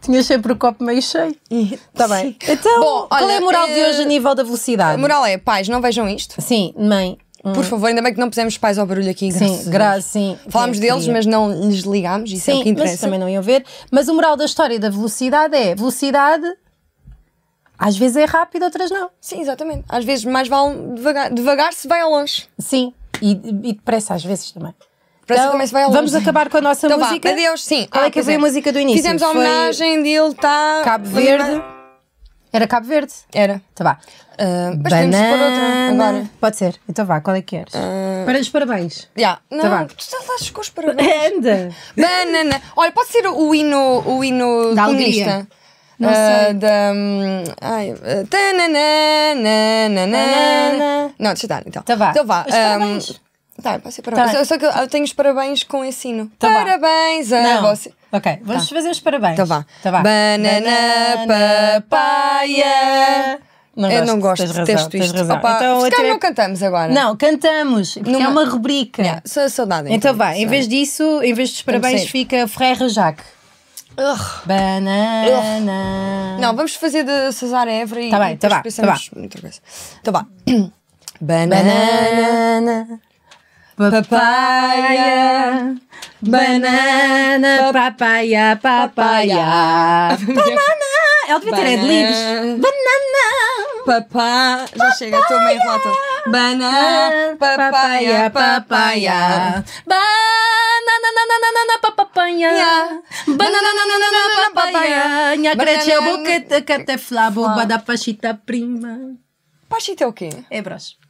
S2: Tinha sempre o copo meio cheio. Está bem.
S1: Sim.
S2: Então,
S1: Tá Bom,
S2: qual é
S1: olha,
S2: a moral de
S1: eh,
S2: hoje a nível da velocidade?
S1: A moral é, pais, não vejam isto.
S2: Sim, mãe. hum,
S1: Por favor, ainda bem que não pusemos pais ao barulho aqui. graças
S2: Sim,
S1: a
S2: graças,
S1: Deus.
S2: sim.
S1: Falámos
S2: Eu
S1: deles,
S2: queria.
S1: mas não lhes ligámos. Isso é o que
S2: Sim, mas
S1: interessa.
S2: também não iam ver. Mas o moral da história da velocidade é: velocidade às vezes é rápida, outras não.
S1: Sim, exatamente. Às vezes mais vale devagar, devagar se vai ao longe.
S2: Sim, e, e depressa às vezes também.
S1: Depressa também se vai ao
S2: Então, vamos
S1: longe.
S2: acabar com a nossa
S1: Então vá,
S2: música.
S1: adeus, sim.
S2: Qual é
S1: Ah,
S2: que
S1: pois
S2: foi a música do início?
S1: Fizemos a
S2: Foi
S1: homenagem Tá dele, está...
S2: Cabo Verde. Era Cabo Verde?
S1: Era.
S2: Tá vá.
S1: Ah, mas temos de pôr outra
S2: Banana.
S1: agora. Ah.
S2: Pode ser. Então vá, qual é que queres? Para os parabéns.
S1: Já. Não,
S2: bem.
S1: tu já estás com os parabéns.
S2: Anda!
S1: Banana. Olha, pode ser o hino, o hino comunista.
S2: Da alegria. Não
S1: Ah,
S2: sei.
S1: da. hum, ai, ah, tananana. Não, deixa eu dar então.
S2: Então vá.
S1: Então vá.
S2: Os
S1: ah,
S2: parabéns.
S1: Tá, pode ser parabéns.
S2: Tá bem.
S1: Só, só que eu- eu tenho os parabéns com esse hino.
S2: Então vá.
S1: parabéns a Ah, você.
S2: Ok, vamos fazer os parabéns.
S1: Então vá.
S2: Então vá.
S1: Banana, papaya.
S2: Não
S1: eu não gosto
S2: tens
S1: de
S2: razão,
S1: texto
S2: tens
S1: isto.
S2: razão.
S1: Opa,
S2: então,
S1: se
S2: outra...
S1: calhar não cantamos agora.
S2: Não, cantamos, porque
S1: Numa-
S2: é uma rubrica.
S1: Yeah, sou a saudade.
S2: Então vá, em vez disso, em vez dos parabéns,
S1: ser.
S2: fica Ferreira Jacques.
S1: Ugh.
S2: Banana.
S1: Não, vamos fazer de Cesar Évora e
S2: Tá bem,
S1: depois
S2: tá vá,
S1: pensamos outra coisa. Então vá. Banana,
S2: Banana.
S1: papaya,
S2: Banana, papaya, papaya. Banana. Ela devia ter é de livros.
S1: Banana.
S2: Banana.
S1: papá. Já chega, estou meio relata. Banana, papaya, papaya.
S2: Banana, papaya. Banana, papaya. Minha crete é boqueta, cateflabo, bada pachita prima.
S1: Pachita é o quê?
S2: É broche.